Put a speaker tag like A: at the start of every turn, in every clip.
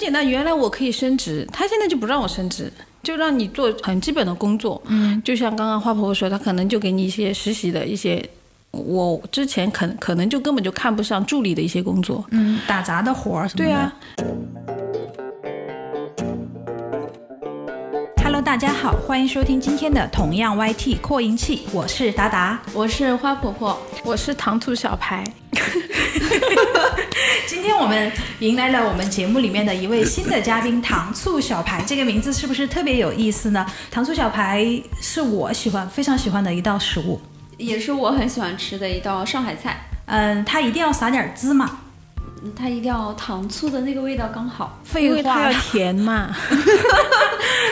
A: 简单，原来我可以升职，他现在就不让我升职，就让你做很基本的工作。嗯，就像刚刚花婆婆说，他可能就给你一些实习的一些，我之前可可能就根本就看不上助理的一些工作。
B: 嗯，打杂的活儿什么的。
A: 对啊，
B: Hello，大家好，欢迎收听今天的同样 YT 扩音器，我是达达。
C: 我是花婆婆，
A: 我是糖醋小排，
B: 今天我们迎来了我们节目里面的一位新的嘉宾——糖醋小排。这个名字是不是特别有意思呢？糖醋小排是我喜欢、非常喜欢的一道食物。
C: 也是我很喜欢吃的一道上海菜。
B: 嗯，它一定要撒点儿芝麻。
C: 嗯它一定要糖醋的那个味道刚 好。
A: 因为它要甜嘛。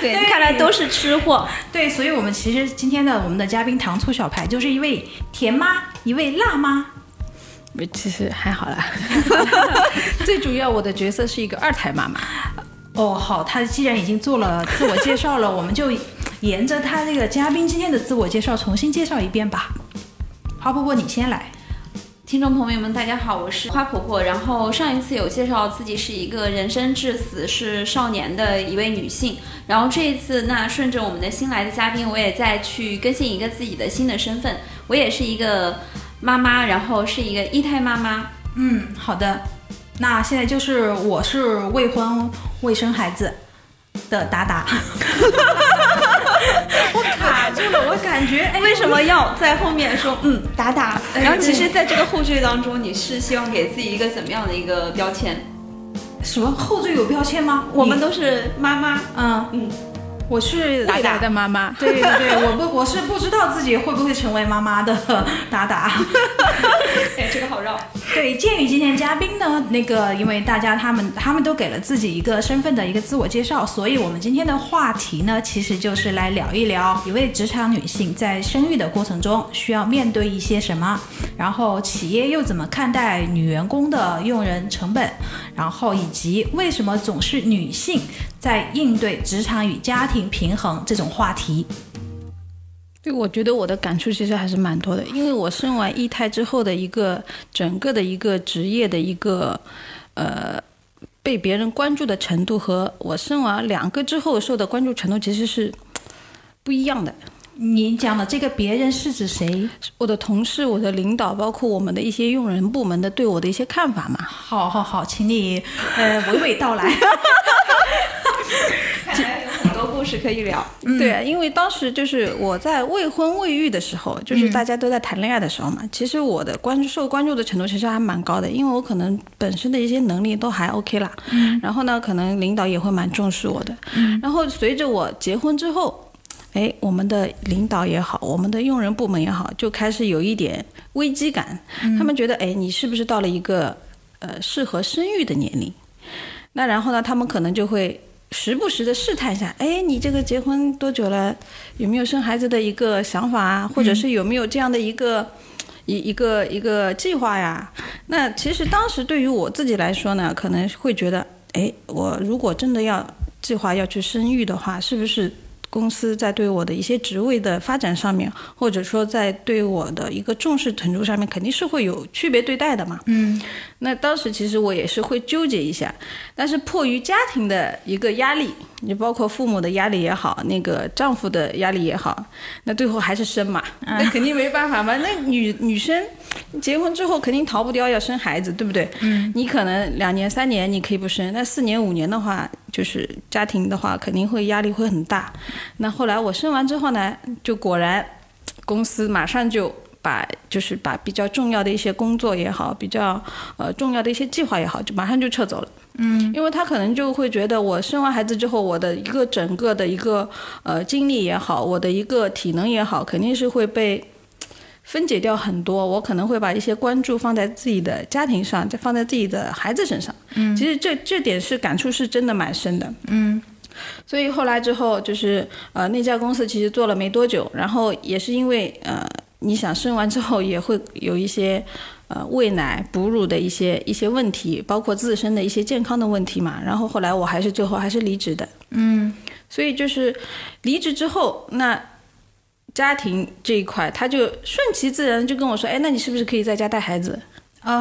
C: 对，看来都是吃货。
B: 对，所以我们其实今天的我们的嘉宾糖醋小排就是一位甜妈，一位辣妈。
A: 其实还好啦， 最主要我的角色是一个二胎妈妈。
B: 哦，好，他既然已经做了自我介绍了，我们就沿着他这个嘉宾今天的自我介绍重新介绍一遍吧。花婆婆，你先来。
C: 听众朋友们，大家好，我是花婆婆。然后上一次有介绍自己是一个人生至死是少年的一位女性，然后这一次那顺着我们的新来的嘉宾，我也再去更新一个自己的新的身份，我也是一个妈妈，然后是一个一胎妈妈。
B: 嗯，好的。那现在就是我是未婚未生孩子的达达。我卡住了，我感觉哎，
C: 为什么要在后面说嗯打打？然后其实，在这个后缀当中，你是希望给自己一个怎么样的一个标签？
B: 什么后缀有标签吗？
C: 我们
B: 你
C: 都是妈妈，
B: 嗯嗯
C: 嗯，
B: 我是
A: 未
B: 达
A: 来的妈妈，
B: 对对对，我不我是不知道自己会不会成为妈妈的达达。
C: 哎，这个好绕。
B: 对，鉴于今天嘉宾呢，那个因为大家他们他们都给了自己一个身份的一个自我介绍，所以我们今天的话题呢，其实就是来聊一聊一位职场女性在生育的过程中需要面对一些什么，然后企业又怎么看待女员工的用人成本，然后以及为什么总是女性在应对职场与家庭平衡这种话题。
A: 对，我觉得我的感触其实还是蛮多的，因为我生完一胎之后的一个整个的一个职业的一个呃被别人关注的程度，和我生完两个之后受的关注程度其实是不一样的。
B: 你讲的这个别人是指谁？
A: 我的同事、我的领导，包括我们的一些用人部门的对我的一些看法嘛，
B: 好好好，请你呃娓娓道来。
C: 看来有很多故事可以聊。
A: 对，因为当时就是我在未婚未育的时候，就是大家都在谈恋爱的时候嘛，其实我的关注受关注的程度其实还蛮高的，因为我可能本身的一些能力都还 OK 啦，然后呢，可能领导也会蛮重视我的，然后随着我结婚之后。哎，我们的领导也好，我们的用人部门也好，就开始有一点危机感。他们觉得，哎，你是不是到了一个呃适合生育的年龄？那然后呢，他们可能就会时不时的试探一下，哎，你这个结婚多久了？有没有生孩子的一个想法啊？或者是有没有这样的一个、一一个一个计划呀？那其实当时对于我自己来说呢，可能会觉得，哎，我如果真的要计划要去生育的话，是不是？公司在对我的一些职位的发展上面，或者说在对我的一个重视程度上面，肯定是会有区别对待的嘛。
B: 嗯，
A: 那当时其实我也是会纠结一下，但是迫于家庭的一个压力，你包括父母的压力也好，那个丈夫的压力也好，那最后还是生嘛，那肯定没办法嘛。那女女生结婚之后肯定逃不掉要生孩子，对不对？嗯，你可能两年三年你可以不生，那四年五年的话，就是家庭的话肯定会压力会很大。那后来我生完之后呢，就果然公司马上就。把就是把比较重要的一些工作也好，比较呃重要的一些计划也好，就马上就撤走了。嗯，因为他可能就会觉得我生完孩子之后，我的一个整个的一个呃精力也好，我的一个体能也好，肯定是会被分解掉很多。我可能会把一些关注放在自己的家庭上，再放在自己的孩子身上。嗯，其实这这点是感触是真的蛮深的。嗯。所以后来之后就是呃那家公司其实做了没多久，然后也是因为呃你想生完之后也会有一些呃喂奶、哺乳的一些一些问题，包括自身的一些健康的问题嘛。然后后来我还是最后还是离职的。嗯，所以就是离职之后，那家庭这一块他就顺其自然地就跟我说，哎，那你是不是可以在家带孩子？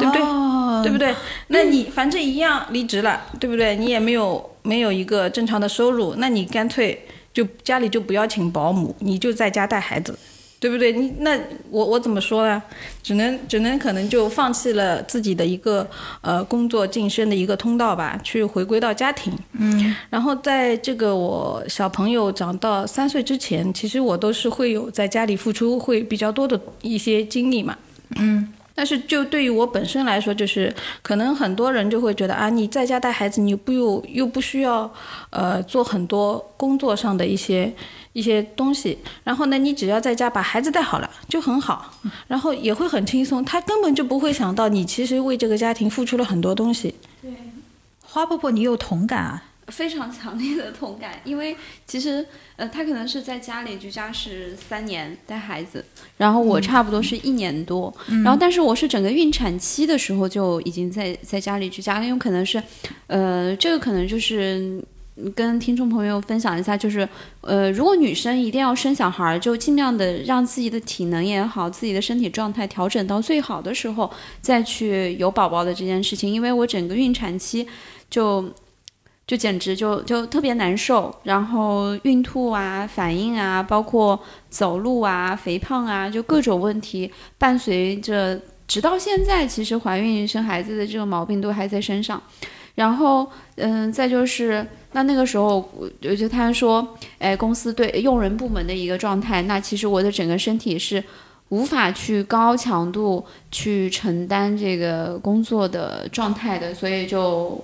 A: 对不对
B: 哦
A: 对不对？那你反正一样离职了，对不对？你也没有没有一个正常的收入，那你干脆就家里就不要请保姆，你就在家带孩子，对不对？你那我我怎么说呢？只能只能可能就放弃了自己的一个呃工作晋升的一个通道吧，去回归到家庭。嗯，然后在这个我小朋友长到三岁之前，其实我都是会有在家里付出会比较多的一些精力嘛。但是就对于我本身来说，就是可能很多人就会觉得啊，你在家带孩子，你不又又不需要呃做很多工作上的一些一些东西，然后呢，你只要在家把孩子带好了就很好，然后也会很轻松，他根本就不会想到你其实为这个家庭付出了很多东西。
B: 花婆婆，你有同感啊？
C: 非常强烈的同感，因为其实呃，他可能是在家里居家是三年带孩子，然后我差不多是一年多，然后但是我是整个孕产期的时候就已经在在家里居家，因为可能是呃，这个可能就是。跟听众朋友分享一下，就是，呃，如果女生一定要生小孩儿，就尽量的让自己的体能也好，自己的身体状态调整到最好的时候，再去有宝宝的这件事情。因为我整个孕产期就就简直就就特别难受，然后孕吐啊、反应啊，包括走路啊、肥胖啊，就各种问题伴随着，直到现在，其实怀孕生孩子的这个毛病都还在身上。然后，嗯，再就是，那那个时候，我我就他说，哎，公司对用人部门的一个状态，那其实我的整个身体是无法去高强度去承担这个工作的状态的，所以就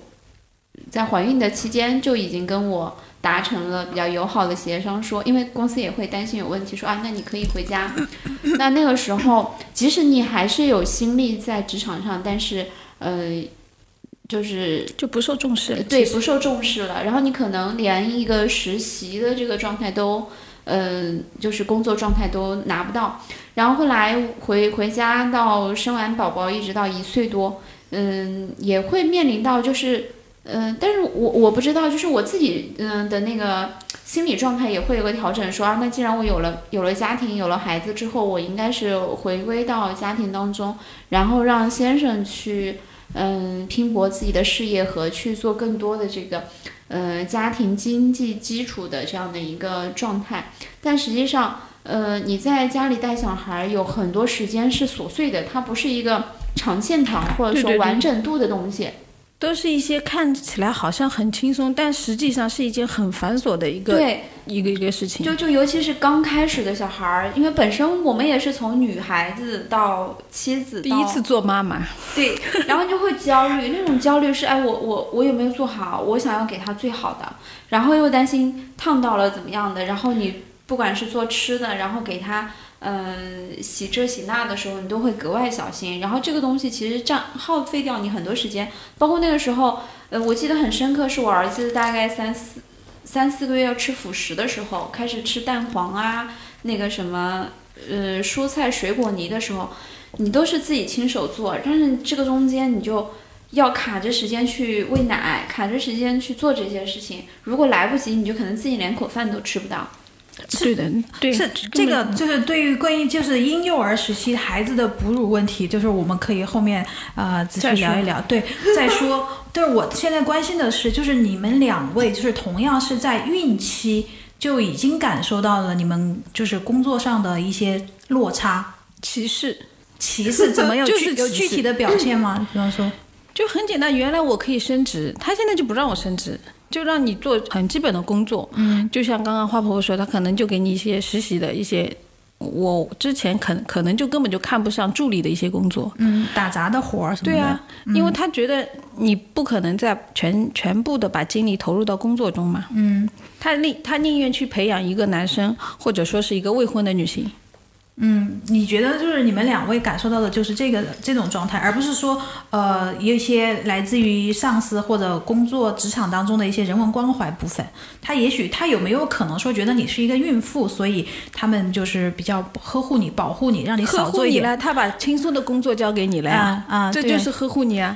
C: 在怀孕的期间就已经跟我达成了比较友好的协商说，因为公司也会担心有问题，说啊，那你可以回家。那那个时候，即使你还是有心力在职场上，但是呃，就是
A: 就不受重视
C: 呃
A: 了。
C: 对，
A: 其实
C: 不受重视了。然后你可能连一个实习的这个状态都，嗯、就是工作状态都拿不到。然后后来回回家到生完宝宝一直到一岁多，嗯、也会面临到就是，嗯、但是我我不知道，就是我自己嗯、的那个心理状态也会有个调整说，啊，那既然我有了有了家庭，有了孩子之后，我应该是回归到家庭当中，然后让先生去。嗯，拼搏自己的事业和去做更多的这个，呃，家庭经济基础的这样的一个状态。但实际上，呃，你在家里带小孩儿有很多时间是琐碎的，它不是一个长线长或者
A: 对
C: 说
A: 对对
C: 完整度的东西。
A: 都是一些看起来好像很轻松，但实际上是一件很繁琐的一个
C: 对，
A: 一个一个事情。
C: 就就尤其是刚开始的小孩儿，因为本身我们也是从女孩子到妻子，
A: 第一次做妈妈，
C: 对，然后就会焦虑，那种焦虑是哎，我我我有没有做好？我想要给他最好的，然后又担心烫到了怎么样的，然后你不管是做吃的，然后给他嗯、洗这洗那的时候，你都会格外小心。然后这个东西其实占耗费掉你很多时间，包括那个时候，呃，我记得很深刻，是我儿子大概三四三四个月要吃辅食的时候，开始吃蛋黄啊，那个什么呃蔬菜水果泥的时候。你都是自己亲手做，但是这个中间你就要卡着时间去喂奶，卡着时间去做这些事情。如果来不及，你就可能自己连口饭都吃不到。
A: 对的，对，
B: 是这
A: 根本
B: 个，就是对于关于就是婴幼儿时期孩子的哺乳问题，就是我们可以后面呃仔细
A: 再说
B: 聊一聊，对，再说。 但是我现在关心的是，就是你们两位，就是同样是在孕期就已经感受到了你们就是工作上的一些 落差。
A: 歧视。
B: 歧视怎么有
A: 就是
B: 具有
A: 歧
B: 具
A: 视
B: 体的表现吗？比方说，
A: 就很简单，原来我可以升职，他现在就不让我升职，就让你做很基本的工作。嗯，就像刚刚花婆婆说，她可能就给你一些实习的一些，我之前可可能就根本就看不上助理的一些工作。
B: 嗯，打杂的活儿什么的，
A: 对啊，因为他觉得你不可能在全全部的把精力投入到工作中嘛。嗯，他宁他宁愿去培养一个男生，或者说是一个未婚的女性。
B: 嗯，你觉得就是你们两位感受到的就是这个这种状态，而不是说呃有一些来自于上司或者工作职场当中的一些人文关怀部分。他也许他有没有可能说觉得你是一个孕妇，所以他们就是比较呵护你、保护你，让你
A: 呵
B: 少
A: 护
B: 做一
A: 你
B: 点
A: 了，他把轻松的工作交给你了呀，
B: 啊啊，
A: 这
B: 对
A: 就是呵护你啊。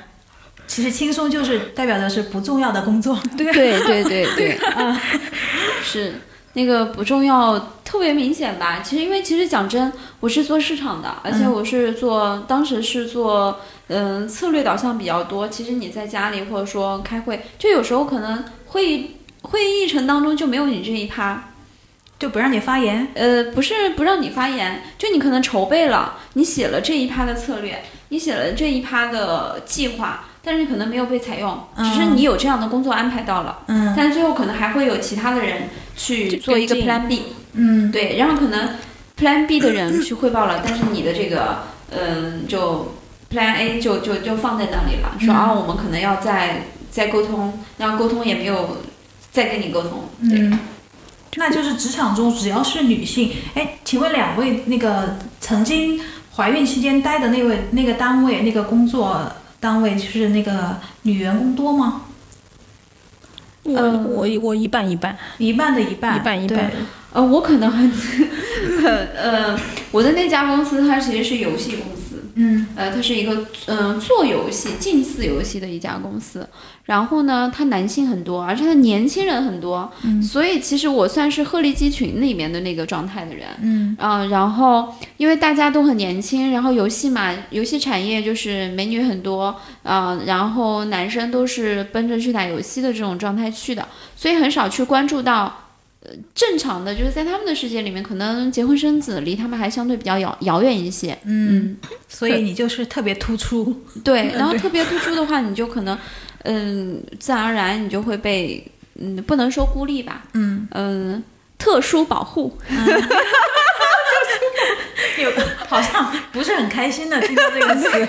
B: 其实轻 松就是代表的是不重要的工作，
C: 对对对对，啊，是。那个不重要，特别明显吧？其实因为其实讲真，我是做市场的，而且我是做、当时是做嗯、策略导向比较多。其实你在家里或者说开会，就有时候可能会议会议议程当中就没有你这一趴，
B: 就不让你发言。
C: 呃，不是不让你发言，就你可能筹备了，你写了这一趴的策略，你写了这一趴的计划，但是可能没有被采用，只是你有这样的工作安排到了，
B: 嗯
C: 但是最后可能还会有其他的人去做一个
A: 跟进
C: Plan B，
B: 嗯，
C: 对，然后可能 Plan B 的人去汇报了，但是你的这个嗯就 Plan A 就就就放在那里了，说、
B: 嗯
C: 啊我们可能要再再沟通，然后沟通也没有再跟你沟通，对
B: 嗯，那就是职场中只要是女性，哎，请问两位那个曾经怀孕期间待的那位那个单位那个工作单位，就是那个女员工多吗？
A: 我
C: 嗯
A: 我我一半一半，
B: 一半的一半，
A: 一半一
B: 对
A: 半。
C: 呃，我可能 很很呃，我的那家公司它其实是游戏公司，
B: 嗯
C: 呃，它是一个嗯、呃做游戏、近似游戏的一家公司。然后呢，它男性很多，而且它年轻人很多，
B: 嗯
C: 所以其实我算是鹤立鸡群里面的那个状态的人。
B: 嗯
C: 嗯、然后因为大家都很年轻，然后游戏嘛，游戏产业就是美女很多，嗯、然后男生都是奔着去打游戏的这种状态去的，所以很少去关注到，呃，正常的就是在他们的世界里面，可能结婚生子离他们还相对比较遥遥远一些。
B: 嗯，所以你就是特别 突出。
C: 对，
B: 嗯
C: 然后
B: 对
C: 特别突出的话，你就可能，嗯，自然而然你就会被，嗯，不能说孤立吧，
B: 嗯，
C: 嗯，特殊保护。
B: 有好像不是很开心的听到这 个词。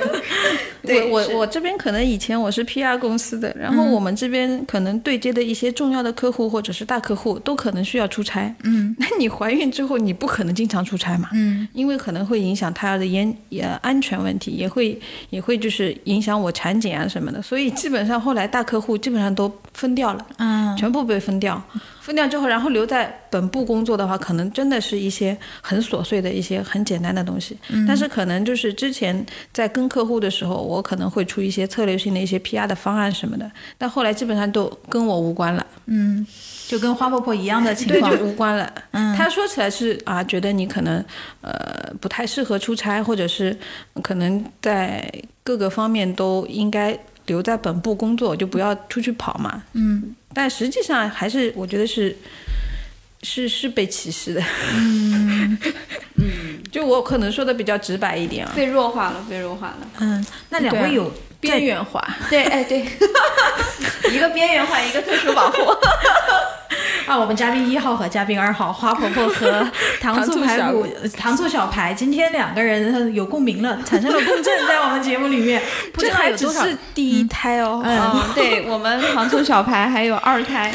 A: 我我我这边可能以前我是 PR 公司的，然后我们这边可能对接的一些重要的客户或者是大客户都可能需要出差。
B: 嗯，
A: 那你怀孕之后你不可能经常出差嘛？
B: 嗯，
A: 因为可能会影响胎儿的安呃安全问题，也会也会就是影响我产检啊什么的，所以基本上后来大客户基本上都分掉了。
B: 嗯
A: 全部被分掉，分掉之后，然后留在本部工作的话，可能真的是一些很琐碎的一些很简单的东西。但是可能就是之前在跟客户的时候，我可能会出一些策略性的一些 PR 的方案什么的，但后来基本上都跟我无关了，
B: 嗯，就跟花婆婆一样的情
A: 对，
B: 况。
A: 就无关了。
B: 嗯
A: 他说起来是啊，觉得你可能呃不太适合出差，或者是呃可能在各个方面都应该留在本部工作，就不要出去跑嘛。
B: 嗯
A: 但实际上还是我觉得是是是被歧视的。嗯， 就我可能说的比较直白一点啊，
C: 被弱化了，被弱化了。
B: 嗯，那两
A: 对
B: 位
A: 啊
B: 有
A: 边缘化。
C: 对，哎，对，一个边缘化，一个特殊保护。
B: 啊，我们嘉宾一号和嘉宾二号花婆婆和糖醋排骨
A: 糖、
B: 呃糖醋小排，今天两个人有共鸣了，产生了共振，在我们节目里 面，不知
A: 这
B: 道
A: 还
B: 有
A: 只
B: 多少，
A: 是第一胎哦，
C: 嗯，对我们糖醋小排还有二胎，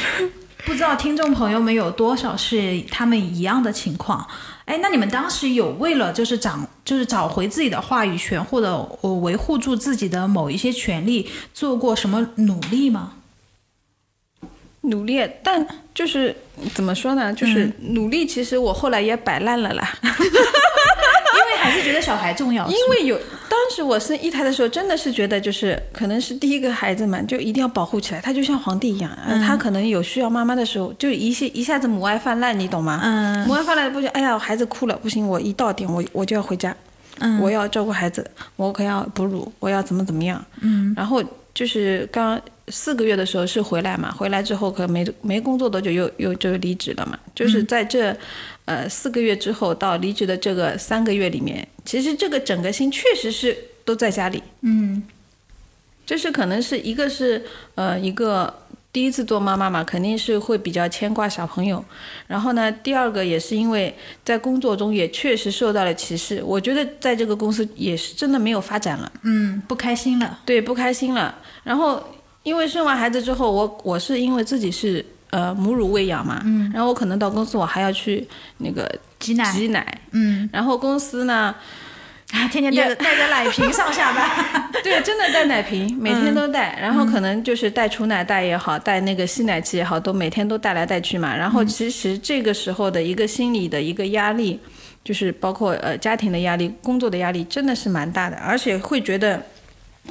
B: 不知道听众朋友们有多少是他们一样的情况。哎，那你们当时有为了就是掌就是找回自己的话语权，或者呃维护住自己的某一些权利，做过什么努力吗？
A: 努力。但就是怎么说呢，就是
B: 嗯
A: 努力，其实我后来也摆烂了啦。
B: 因为还是觉得小孩重要，
A: 因为有当时我生一胎的时候，真的是觉得就是可能是第一个孩子嘛，就一定要保护起来。他就像皇帝一样，
B: 嗯
A: 呃他可能有需要妈妈的时候，就一下一下子母爱泛滥，你懂吗？
B: 嗯
A: 母爱泛滥不行，哎呀，我孩子哭了，不行，我一到点我我就要回家，
B: 嗯
A: 我要照顾孩子，我可要哺乳，我要怎么怎么样。
B: 嗯
A: 然后就是刚四个月的时候是回来嘛，回来之后可没没工作多久又又就离职了嘛，就是
B: 嗯
A: 在这、呃四个月之后到离职的这个三个月里面，其实这个整个心确实是都在家里，
B: 嗯
A: 就是可能是一个是呃一个第一次做妈妈嘛，肯定是会比较牵挂小朋友。然后呢，第二个也是因为在工作中也确实受到了歧视，我觉得在这个公司也是真的没有发展了。
B: 嗯，不开心了，
A: 对，不开心了。然后因为生完孩子之后，我我是因为自己是呃母乳喂养嘛，嗯，然后我可能到公司我还要去那个
B: 挤奶，
A: 挤奶，
B: 嗯，
A: 然后公司 呢，
B: 啊天天带着带着奶瓶上下班。
A: 对，真的带奶
B: 嗯
A: 瓶，每天都带，然后可能就是带储奶袋也好，带那个吸奶器也好，都每天都带来带去嘛。然
B: 嗯
A: 后其实这个时候的一个心理的一个压力，就是包括呃家庭的压力、工作的压力，真的是蛮大的，而且会觉得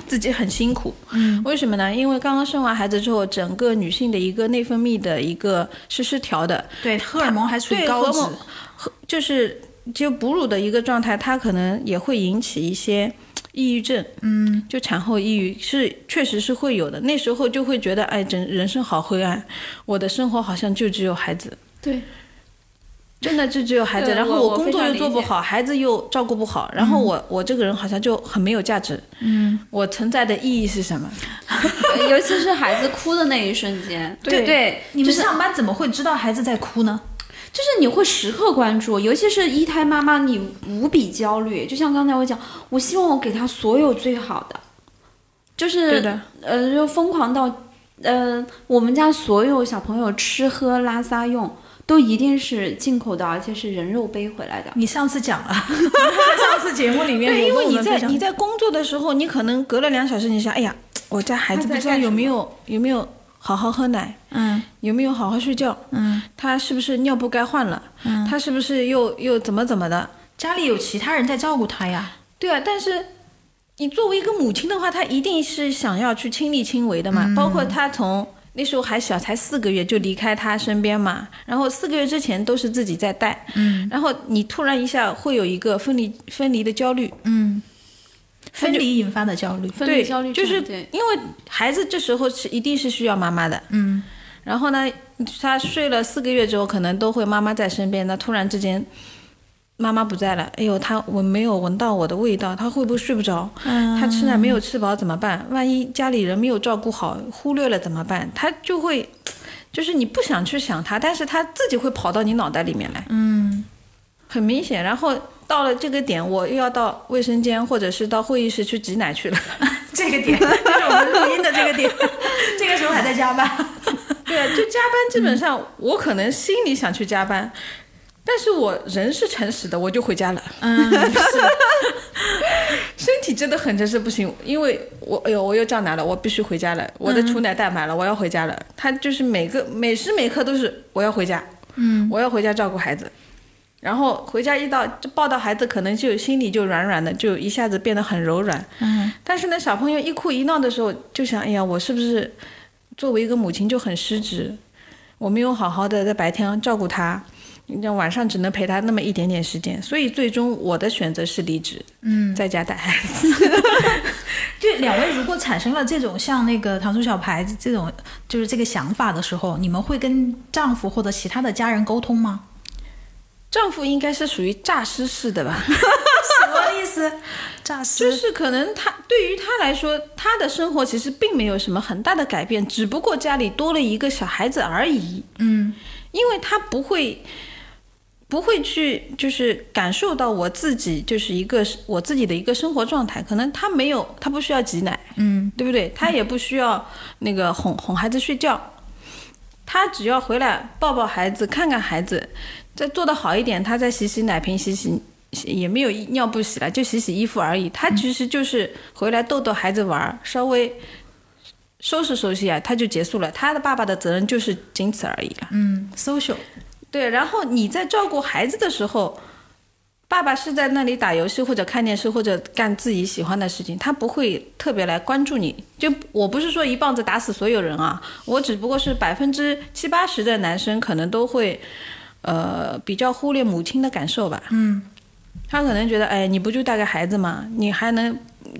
A: 自己很辛苦，嗯，为什么呢？因为刚刚生完孩子之后，整个女性的一个内分泌的一个是失调的，
B: 对，荷尔蒙还处于
A: 对
B: 高
A: 荷
B: 值，
A: 蒙和就是就哺乳的一个状态，它可能也会引起一些抑郁症，嗯，就产后抑郁是确实是会有的。那时候就会觉得，哎，整人生好灰暗，我的生活好像就只有孩子，
C: 对，
A: 真的就只有孩子，
C: 对
A: 然后
C: 我我
A: 工作
C: 非常
A: 又
C: 理
A: 做不
C: 解
A: 好，孩子又照顾不好，然后我、我这个人好像就很没有价值，嗯，我存在的意义是什么？
C: 尤其是孩子哭的那一瞬间，
A: 对
C: 对，
B: 你
C: 就
B: 们
C: 是
B: 上班怎么会知道孩子在哭呢？
C: 就是你会时刻关注，尤其是一胎妈妈，你无比焦虑。就像刚才我讲，我希望我给她所有最好的，就是
A: 对的，
C: 呃，就疯狂到，呃，我们家所有小朋友吃喝拉撒用都一定是进口的，而且是人肉背回来的。
B: 你上次讲了， 上次节目里面，
A: 对，因为你在你
B: 在
A: 在工作的时候，你可能隔了两小时，你想，哎呀，我家孩子
C: 他在
A: 不知道
C: 干什
A: 有
C: 么
A: 没有有没有好好喝奶，
B: 嗯
A: 有没有好好睡觉，
B: 嗯，
A: 他是不是尿布该换了，他是不是又又怎么怎么的？
B: 家里有其他人在照顾他呀，
A: 对啊，但是你作为一个母亲的话，她一定是想要去亲力亲为的嘛。包括她从那时候还小，才四个月就离开她身边嘛，然后四个月之前都是自己在带，嗯，然后你突然一下会有一个分离分离的焦虑，
B: 嗯，分离引发的焦虑，
C: 分
A: 对
C: 离焦虑
A: 就是
C: 症对
A: 因为孩子这时候是一定是需要妈妈的，
B: 嗯，
A: 然后呢，他睡了四个月之后，可能都会妈妈在身边，那突然之间。妈妈不在了，哎呦，他闻没有闻到我的味道，他会不会睡不着？
B: 嗯
A: 他吃奶没有吃饱怎么办？万一家里人没有照顾好，忽略了怎么办？他就会，就是你不想去想他，但是他自己会跑到你脑袋里面来。
B: 嗯，
A: 很明显。然后到了这个点，我又要到卫生间或者是到会议室去挤奶去了。
B: 这个点就是我们录音的这个点， 这个时候还在加班，
A: 对啊，就加班基
B: 嗯
A: 本上我可能心里想去加班，但是我人是诚实的，我就回家了。
B: 嗯，
A: 身体真的很真是不行，因为我哎呦我又胀奶了，我必须回家了。我
B: 嗯
A: 的储奶蛋买了，我要回家了。他就是每个每时每刻都是我要回家，嗯，我要回家照顾孩子。然后回家一到就抱到孩子，可能就心里就软软的，就一下子变得很柔软。
B: 嗯，
A: 但是呢，小朋友一哭一闹的时候，就想，哎呀，我是不是作为一个母亲就很失职？我没有好好的在白天照顾他，那晚上只能陪他那么一点点时间，所以最终我的选择是离职，嗯，在家带孩子。
B: 对，两位如果产生了这种像那个糖醋小排这种就是这个想法的时候，你们会跟丈夫或者其他的家人沟通吗？
A: 丈夫应该是属于诈尸式的吧，
B: 什么意思？诈
A: 就
B: 尸？
A: 是可能他对于他来说，他的生活其实并没有什么很大的改变，只不过家里多了一个小孩子而已。
B: 嗯，
A: 因为他不会不会去就是感受到我自己就是一个我自己的一个生活状态，可能他没有他不需要挤奶，
B: 嗯，
A: 对不对？他也不需要那个哄哄孩子睡觉，他只要回来抱抱孩子，看看孩子，再做得好一点，他再洗洗奶瓶，洗洗。也没有尿布洗了，就洗洗衣服而已。他其实就是回来逗逗孩子玩儿，稍微收拾收拾呀、他就结束了。他的爸爸的责任就是仅此而已了。
B: 嗯，social
A: 对，然后你在照顾孩子的时候，爸爸是在那里打游戏或者看电视或者干自己喜欢的事情，他不会特别来关注你。就我不是说一棒子打死所有人啊，我只不过是百分之七八十的男生可能都会，呃，比较忽略母亲的感受吧。嗯，他可能觉得，哎，你不就带个孩子嘛，你还能。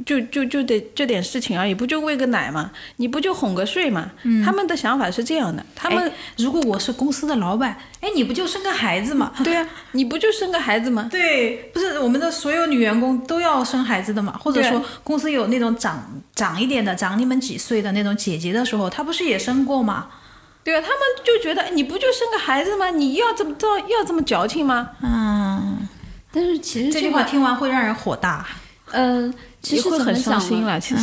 A: 就就就得这点事情而啊已，不就喂个奶嘛，你不就哄个睡嘛？他们的想法是这样的，他们、
B: 哎如果我是公司的老板，哎，你不就生个孩子吗？
A: 对啊，你不就生个孩子吗？
B: 对，不是我们的所有女员工都要生孩子的嘛？或者
A: 对
B: 说公司有那种长长一点的，长你们几岁的那种姐姐的时候，她不是也生过吗？
A: 对啊，他们就觉得你不就生个孩子吗？你要这么这要这么矫情吗？
B: 嗯，
C: 但是其实
B: 这
C: 这
B: 句
C: 个
B: 话，听完会让人火大。
C: 嗯、其实
A: 会
C: 怎么
A: 很伤嗯
C: 讲
A: 心
C: 呢？
A: 了，其实、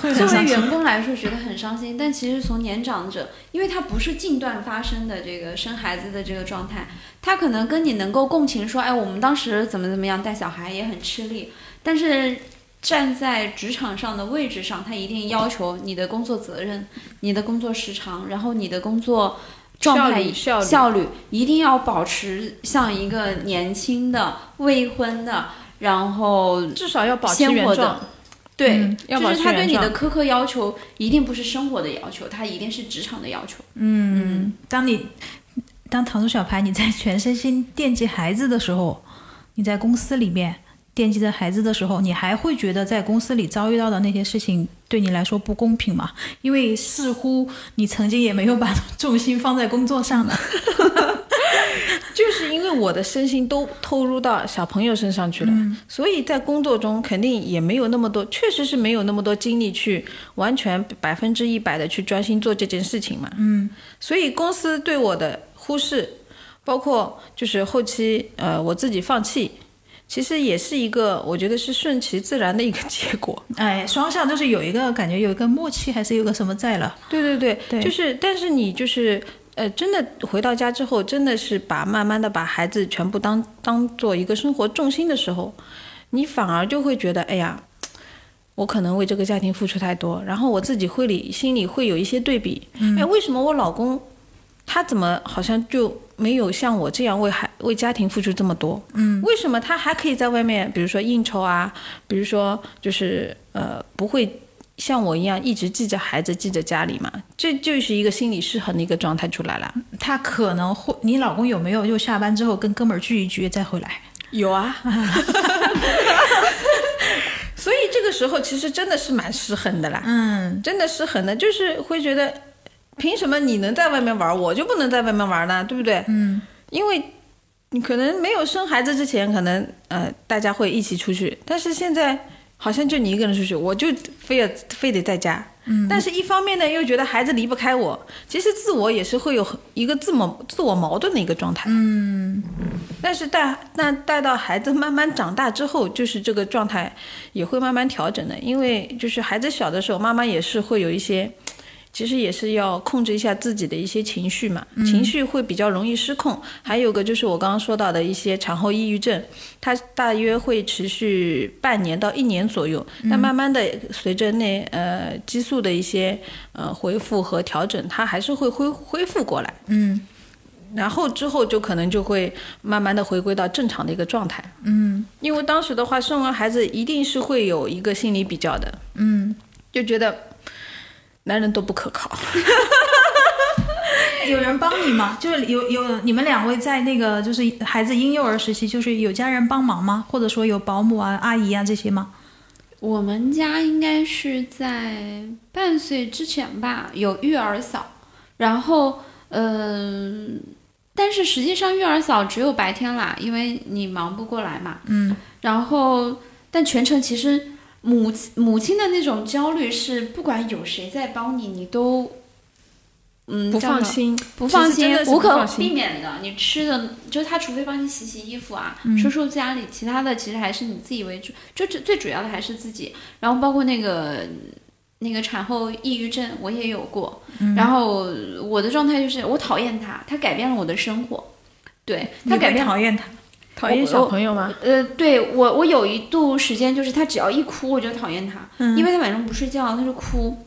A: 会很
C: 作为
A: 伤心。
C: 员工来说觉得很伤心，但其实从年长者，因为他不是近段发生的这个生孩子的这个状态，他可能跟你能够共情，说，哎，我们当时怎么怎么样带小孩也很吃力，但是站在职场上的位置上，他一定要求你的工作责任、你的工作时长，然后你的工作状态
A: 效率效率
C: 一定要保持像一个年轻的未婚的，然后
A: 至少要保持
C: 鲜
A: 原
C: 活
A: 状
C: 的，对，
B: 嗯
A: 要
C: 就
A: 保
C: 是
A: 持
C: 他
A: 原
C: 对你的
A: 状
C: 苛刻要求，一定不是生活的要求，他一定是职场的要求。
B: 嗯，当你当糖醋小排你在全身心惦记孩子的时候，你在公司里面惦记着孩子的时候，你还会觉得在公司里遭遇到的那些事情对你来说不公平吗？因为似乎你曾经也没有把 重心放在工作上呢。
A: 就是因为我的身心都投入到小朋友身上去了，所以在工作中肯定也没有那么多，确实是没有那么多精力去完全百分之一百的去专心做这件事情嘛。嗯，所以公司对我的忽视，包括就是后期呃我自己放弃，其实也是一个我觉得是顺其自然的一个结果。
B: 哎，双向就是有一个感觉，有一个默契，还是有个什么在了。
A: 对对对，
B: 对
A: 就是，但是你就是，呃，真的回到家之后，真的是把慢慢的把孩子全部当当做一个生活重心的时候，你反而就会觉得，哎呀，我可能为这个家庭付出太多，然后我自己会里心里会有一些对比，哎，为什么我老公他怎么好像就没有像我这样为孩为家庭付出这么多？嗯，为什么他还可以在外面，比如说应酬啊，比如说就是呃不会。像我一样一直记着孩子，记着家里嘛，这就是一个心理失衡的一个状态出来了。
B: 他可能会，你老公有没有就下班之后跟哥们儿聚一聚再回来？
A: 有啊， 所以这个时候其实真的是蛮失衡的啦。
B: 嗯，
A: 真的失衡的，就是会觉得，凭什么你能在外面玩，我就不能在外面玩呢？对不对？嗯，因为你可能没有生孩子之前，可能呃大家会一起出去，但是现在好像就你一个人出去，我就非要非得在家。嗯，但是一方面呢，又觉得孩子离不开我，其实自我也是会有一个自我自我矛盾的一个状态。嗯，但是带那带到孩子慢慢长大之后，就是这个状态也会慢慢调整的，因为就是孩子小的时候，妈妈也是会有一些，其实也是要控制一下自己的一些情绪嘛，情绪会比较容易失控。还有个就是我刚刚说到的一些产后抑郁症，它大约会持续半年到一年左右，但慢慢的随着那呃激素的一些呃恢复和调整，它还是会恢恢复过来。嗯。然后之后就可能就会慢慢的回归到正常的一个状态。因为当时的话，生完孩子一定是会有一个心理比较的，嗯，就觉得男人都不可靠，
B: 有人帮你吗？就是有有你们两位在那个就是孩子婴幼儿时期，就是有家人帮忙吗？或者说有保姆啊、阿姨啊这些吗？
C: 我们家应该是在半岁之前吧，有育儿嫂，然后嗯、但是实际上育儿嫂只有白天啦，因为你忙不过来嘛。嗯。然后，但全程其实母亲母亲的那种焦虑是，不管有谁在帮你，你都嗯
A: 不
C: 叫什
A: 放
C: 么
A: 心，
C: 不放
A: 其实
C: 心
A: 真的，是
C: 无
A: 不
C: 可
A: 放心
C: 避免的。你吃的，就他除非帮你洗洗衣服啊，
A: 嗯
C: 收收家里，其他的其实还是你自己为主，就最最主要的还是自己。然后包括那个那个产后抑郁症，我也有过。
A: 嗯
C: 然后我的状态就是，我讨厌他，他改变了我的生活，对他
B: 你
C: 改
B: 会
C: 变了。
B: 讨厌他，
A: 讨厌小朋友吗？
C: 呃，对我，我有一度时间就是他只要一哭我就讨厌他，
B: 嗯
C: 因为他晚上不睡觉，他就哭，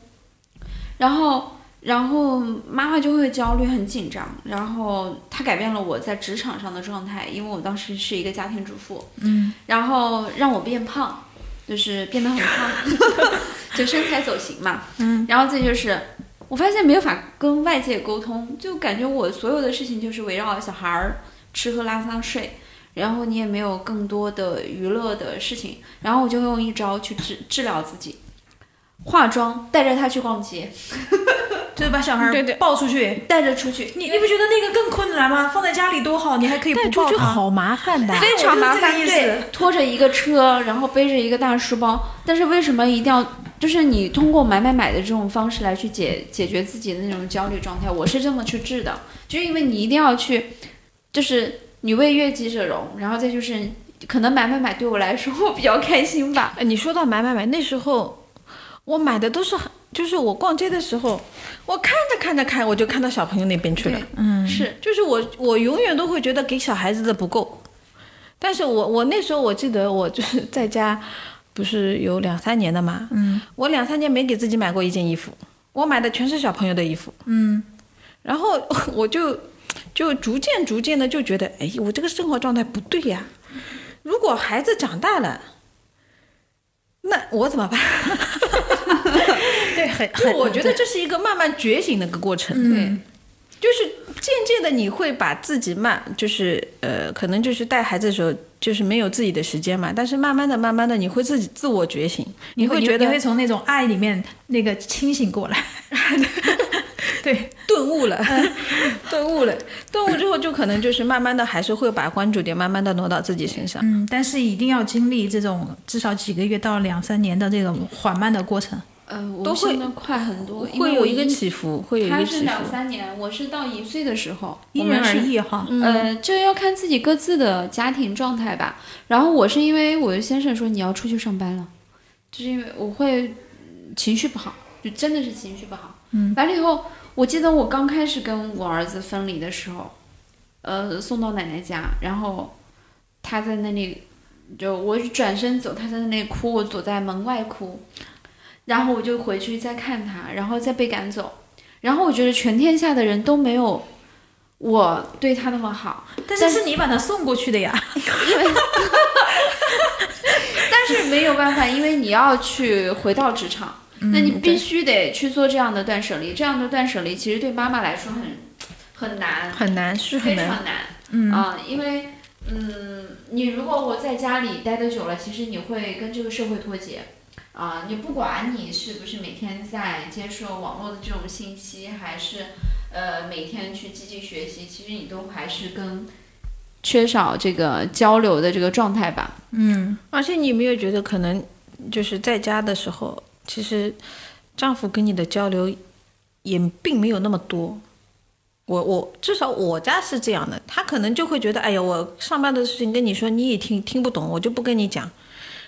C: 然后然后妈妈就会焦虑很紧张，然后他改变了我在职场上的状态，因为我当时是一个家庭主妇，嗯，然后让我变胖，就是变得很胖， 就身材走形嘛，嗯，然后再就是。我发现没有法跟外界沟通，就感觉我所有的事情就是围绕小孩儿吃喝拉撒睡，然后你也没有更多的娱乐的事情，然后我就用一招去治治疗自己，化妆，带着他去逛街，
B: 就是把小孩
A: 对对
B: 抱出去。
C: 带着出去，
B: 你你不觉得那个更困难吗？放在家里多好，你还可以不抱
A: 啊
B: 他。
A: 麻烦的
C: 非常麻烦，
B: 哎我就是这个意
C: 对，拖着一个车，然后背着一个大书包，但是为什么一定要？就是你通过买买买的这种方式来去解解决自己的那种焦虑状态，我是这么去治的，就是因为你一定要去，就是女为悦己者容，然后再就是可能买买买对我来说 我比较开心吧，
A: 哎你说到买买买，那时候我买的都是很，就是我逛街的时候，我看着看着看，我就看到小朋友那边去了
C: 对。，嗯，是，
A: 就是我我永远都会觉得给小孩子的不够，但是我我那时候我记得我就是 在家，不是有两三年的嘛，嗯，我两三年没给自己买过一件衣服，我买的全是小朋友的衣服，嗯， 然后我就就逐渐逐渐的就觉得，哎，我这个生活状态不对呀、如果孩子长大了。那我怎么办？
D: 对，嗯很
A: 就
D: 很，
A: 我觉得这是一个慢慢觉醒的一个过程，对，就是渐渐的你会把自己慢，就是呃，可能就是带孩子的时候就是没有自己的时间嘛，但是慢慢的、慢慢的，你会自己自我觉醒，
B: 你
A: 会
B: 会
A: 觉得
B: 你会从那种爱里面那个清醒过来。对，
A: 顿悟了， 顿悟了，顿悟之后就可能就是慢慢的还是会把关注点慢慢的挪到自己身上。
B: 嗯，但是一定要经历这种至少几个月到两三年的这种缓慢的过程。
C: 呃，我
A: 都会
C: 现在快很多，因为
A: 会有
C: 我
A: 一个起伏，会有一
C: 他
A: 个
C: 是
A: 起伏
C: 两。三年，我是到一岁的时候，
B: 因
C: 我们
B: 人而
C: 是
B: 异哈，
C: 呃，这要看自己各自的家庭状态吧。然后我是因为我的先生说你要出去上班了，就是因为我会嗯情绪不好，就真的是情绪不好。嗯，完了以后，我记得我刚开始跟我儿子分离的时候，呃，送到奶奶家，然后他在那里，就我转身走，他在那里哭，我躲在门外哭，然后我就回去再看他，然后再被赶走。然后我觉得全天下的人都没有我对他那么好，
B: 但
C: 但
B: 是是你把它送过去的呀。
C: 但是没有办法，因为你要去回到职场，那你必须得去做这样的断舍离。这样的断舍离其实对妈妈来说很很难，
A: 很难，是很
C: 非
A: 难。
C: 常难。啊，因为嗯，你如果我在家里待的久了，其实你会跟这个社会脱节。啊、你不管你是不是每天在接受网络的这种信息，还是呃每天去积极学习，其实你都还是跟缺少这个交流的这个状态吧。
B: 嗯，
A: 而且你有没有觉得，可能就是在家的时候，其实丈夫跟你的交流也并没有那么多。我我至少我家是这样的，他可能就会觉得，哎呀，我上班的事情跟你说你也听听不懂，我就不跟你讲。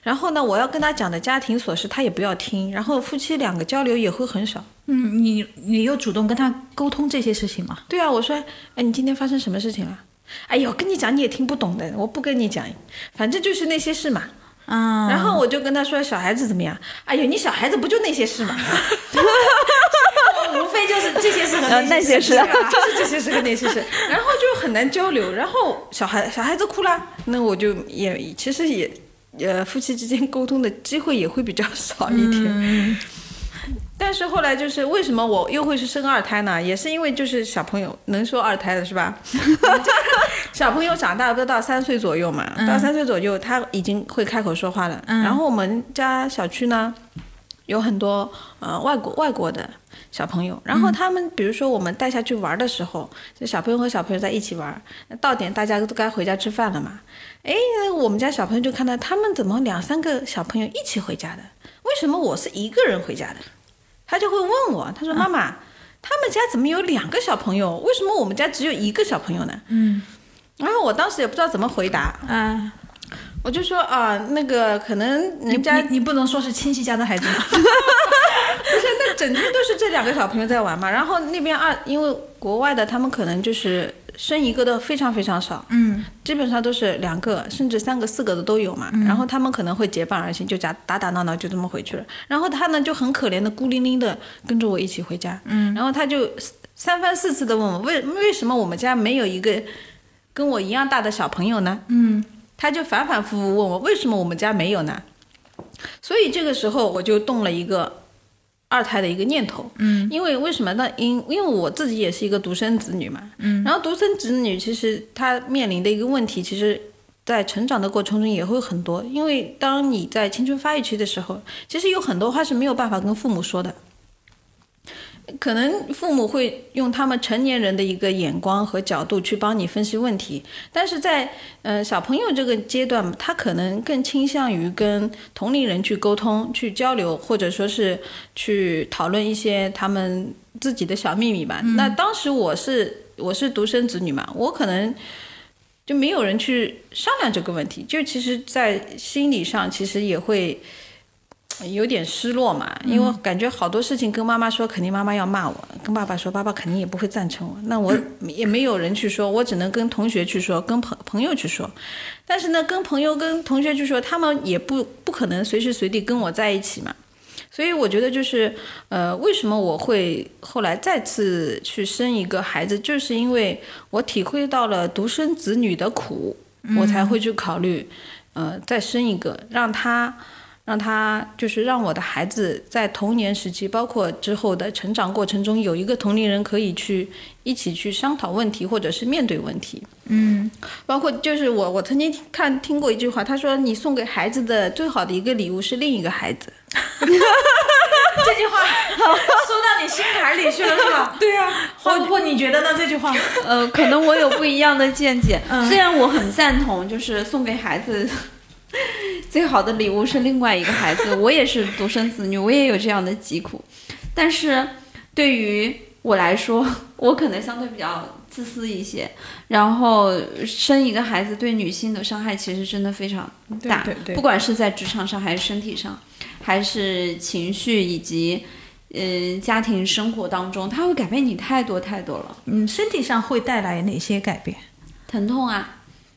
A: 然后呢，我要跟他讲的家庭琐事，他也不要听。然后夫妻两个交流也会很少。
B: 嗯，你你有主动跟他沟通这些事情吗？
A: 对啊，我说，哎，你今天发生什么事情了？哎呦，跟你讲你也听不懂的，我不跟你讲，反正就是那些事嘛。
B: 嗯，
A: 然后我就跟他说，小孩子怎么样？哎呦，你小孩子不就那些事嘛？
B: 无非就是这些事和
D: 呃那些事
B: 啊
A: 就是这些事跟那些事，然后就很难交流。然后小孩小孩子哭啦，那我就也其实也呃夫妻之间沟通的机会也会比较少一点。
D: 嗯
A: 但是后来就是为什么我又会是生二胎呢？也是因为就是小朋友能说二胎的 是吧？小朋友长大不到三岁左右嘛，
D: 嗯
A: 到三岁左右他已经会开口说话了。然后我们家小区呢有很多呃外国外国的小朋友，然后他们比如说我们带下去玩的时候，就小朋友和小朋友在一起玩，到点大家都该回家吃饭了嘛。哎，那我们家小朋友就看到他们怎么两三个小朋友一起回家的，为什么我是一个人回家的？他就会问我，他说妈妈。他们家怎么有两个小朋友？为什么我们家只有一个小朋友呢？嗯，然后我当时也不知道怎么回答，
B: 嗯，
A: 我就说啊，那个可能
B: 你
A: 人家
B: 你你不能说是亲戚家的孩子吗，
A: 不是，那整天都是这两个小朋友在玩嘛。然后那边二，因为国外的他们可能就是生一个的非常非常少，
B: 嗯，
A: 基本上都是两个甚至三个、四个的都有嘛。然后他们可能会结伴而行，就打打打闹闹就这么回去了。然后他呢就很可怜的孤零零的跟着我一起回家，嗯，然后他就三番四次的问我为为什么我们家没有一个跟我一样大的小朋友呢？嗯，他就反反复复问我为什么我们家没有呢？所以这个时候我就动了一个二胎的一个念头，嗯，因为为什么呢？因因为我自己也是一个独生子女嘛，嗯，然后独生子女其实他面临的一个问题，其实，在成长的过程中也会很多，因为当你在青春发育期的时候，其实有很多话是没有办法跟父母说的，可能父母会用他们成年人的一个眼光和角度去帮你分析问题，但是在呃小朋友这个阶段，他可能更倾向于跟同龄人去沟通、去交流，或者说是去讨论一些他们自己的小秘密吧。那当时我是我是独生子女嘛，我可能就没有人去商量这个问题，就其实，在心理上其实也会。有点失落嘛，因为感觉好多事情跟妈妈说，肯定妈妈要骂我；跟爸爸说，爸爸肯定也不会赞成我。那我也没有人去说，我只能跟同学去说，跟朋朋友去说。但是呢，跟朋友、跟同学去说，他们也不不可能随时随地跟我在一起嘛。所以我觉得就是，呃，为什么我会后来再次去生一个孩子，就是因为我体会到了独生子女的苦，我才会去考虑，呃，再生一个，让他让他就是让我的孩子在童年时期，包括之后的成长过程中，有一个同龄人可以去一起去商讨问题，或者是面对问题。
B: 嗯，
A: 包括就是我，我曾经看听过一句话，他说：“你送给孩子的最好的一个礼物是另一个孩子。”
B: 这句话 说到你心坎里去了，是 吧？
A: 对啊，
B: 花婆，你觉得呢？这句 话？
C: 呃，可能我有不一样的见 解，虽然我很赞同，就是送给孩子。最好的礼物是另外一个孩子。我也是独生子女，我也有这样的疾苦。但是对于我来说，我可能相对比较自私一些。然后生一个孩子对女性的伤害其实真的非常大，
A: 对对对
C: 不管是在职场上，还是身体上，还是情绪以及。嗯，家庭生活当中，它会改变你太多太多了，
B: 嗯，身体上会带来哪些改变？
C: 疼痛啊，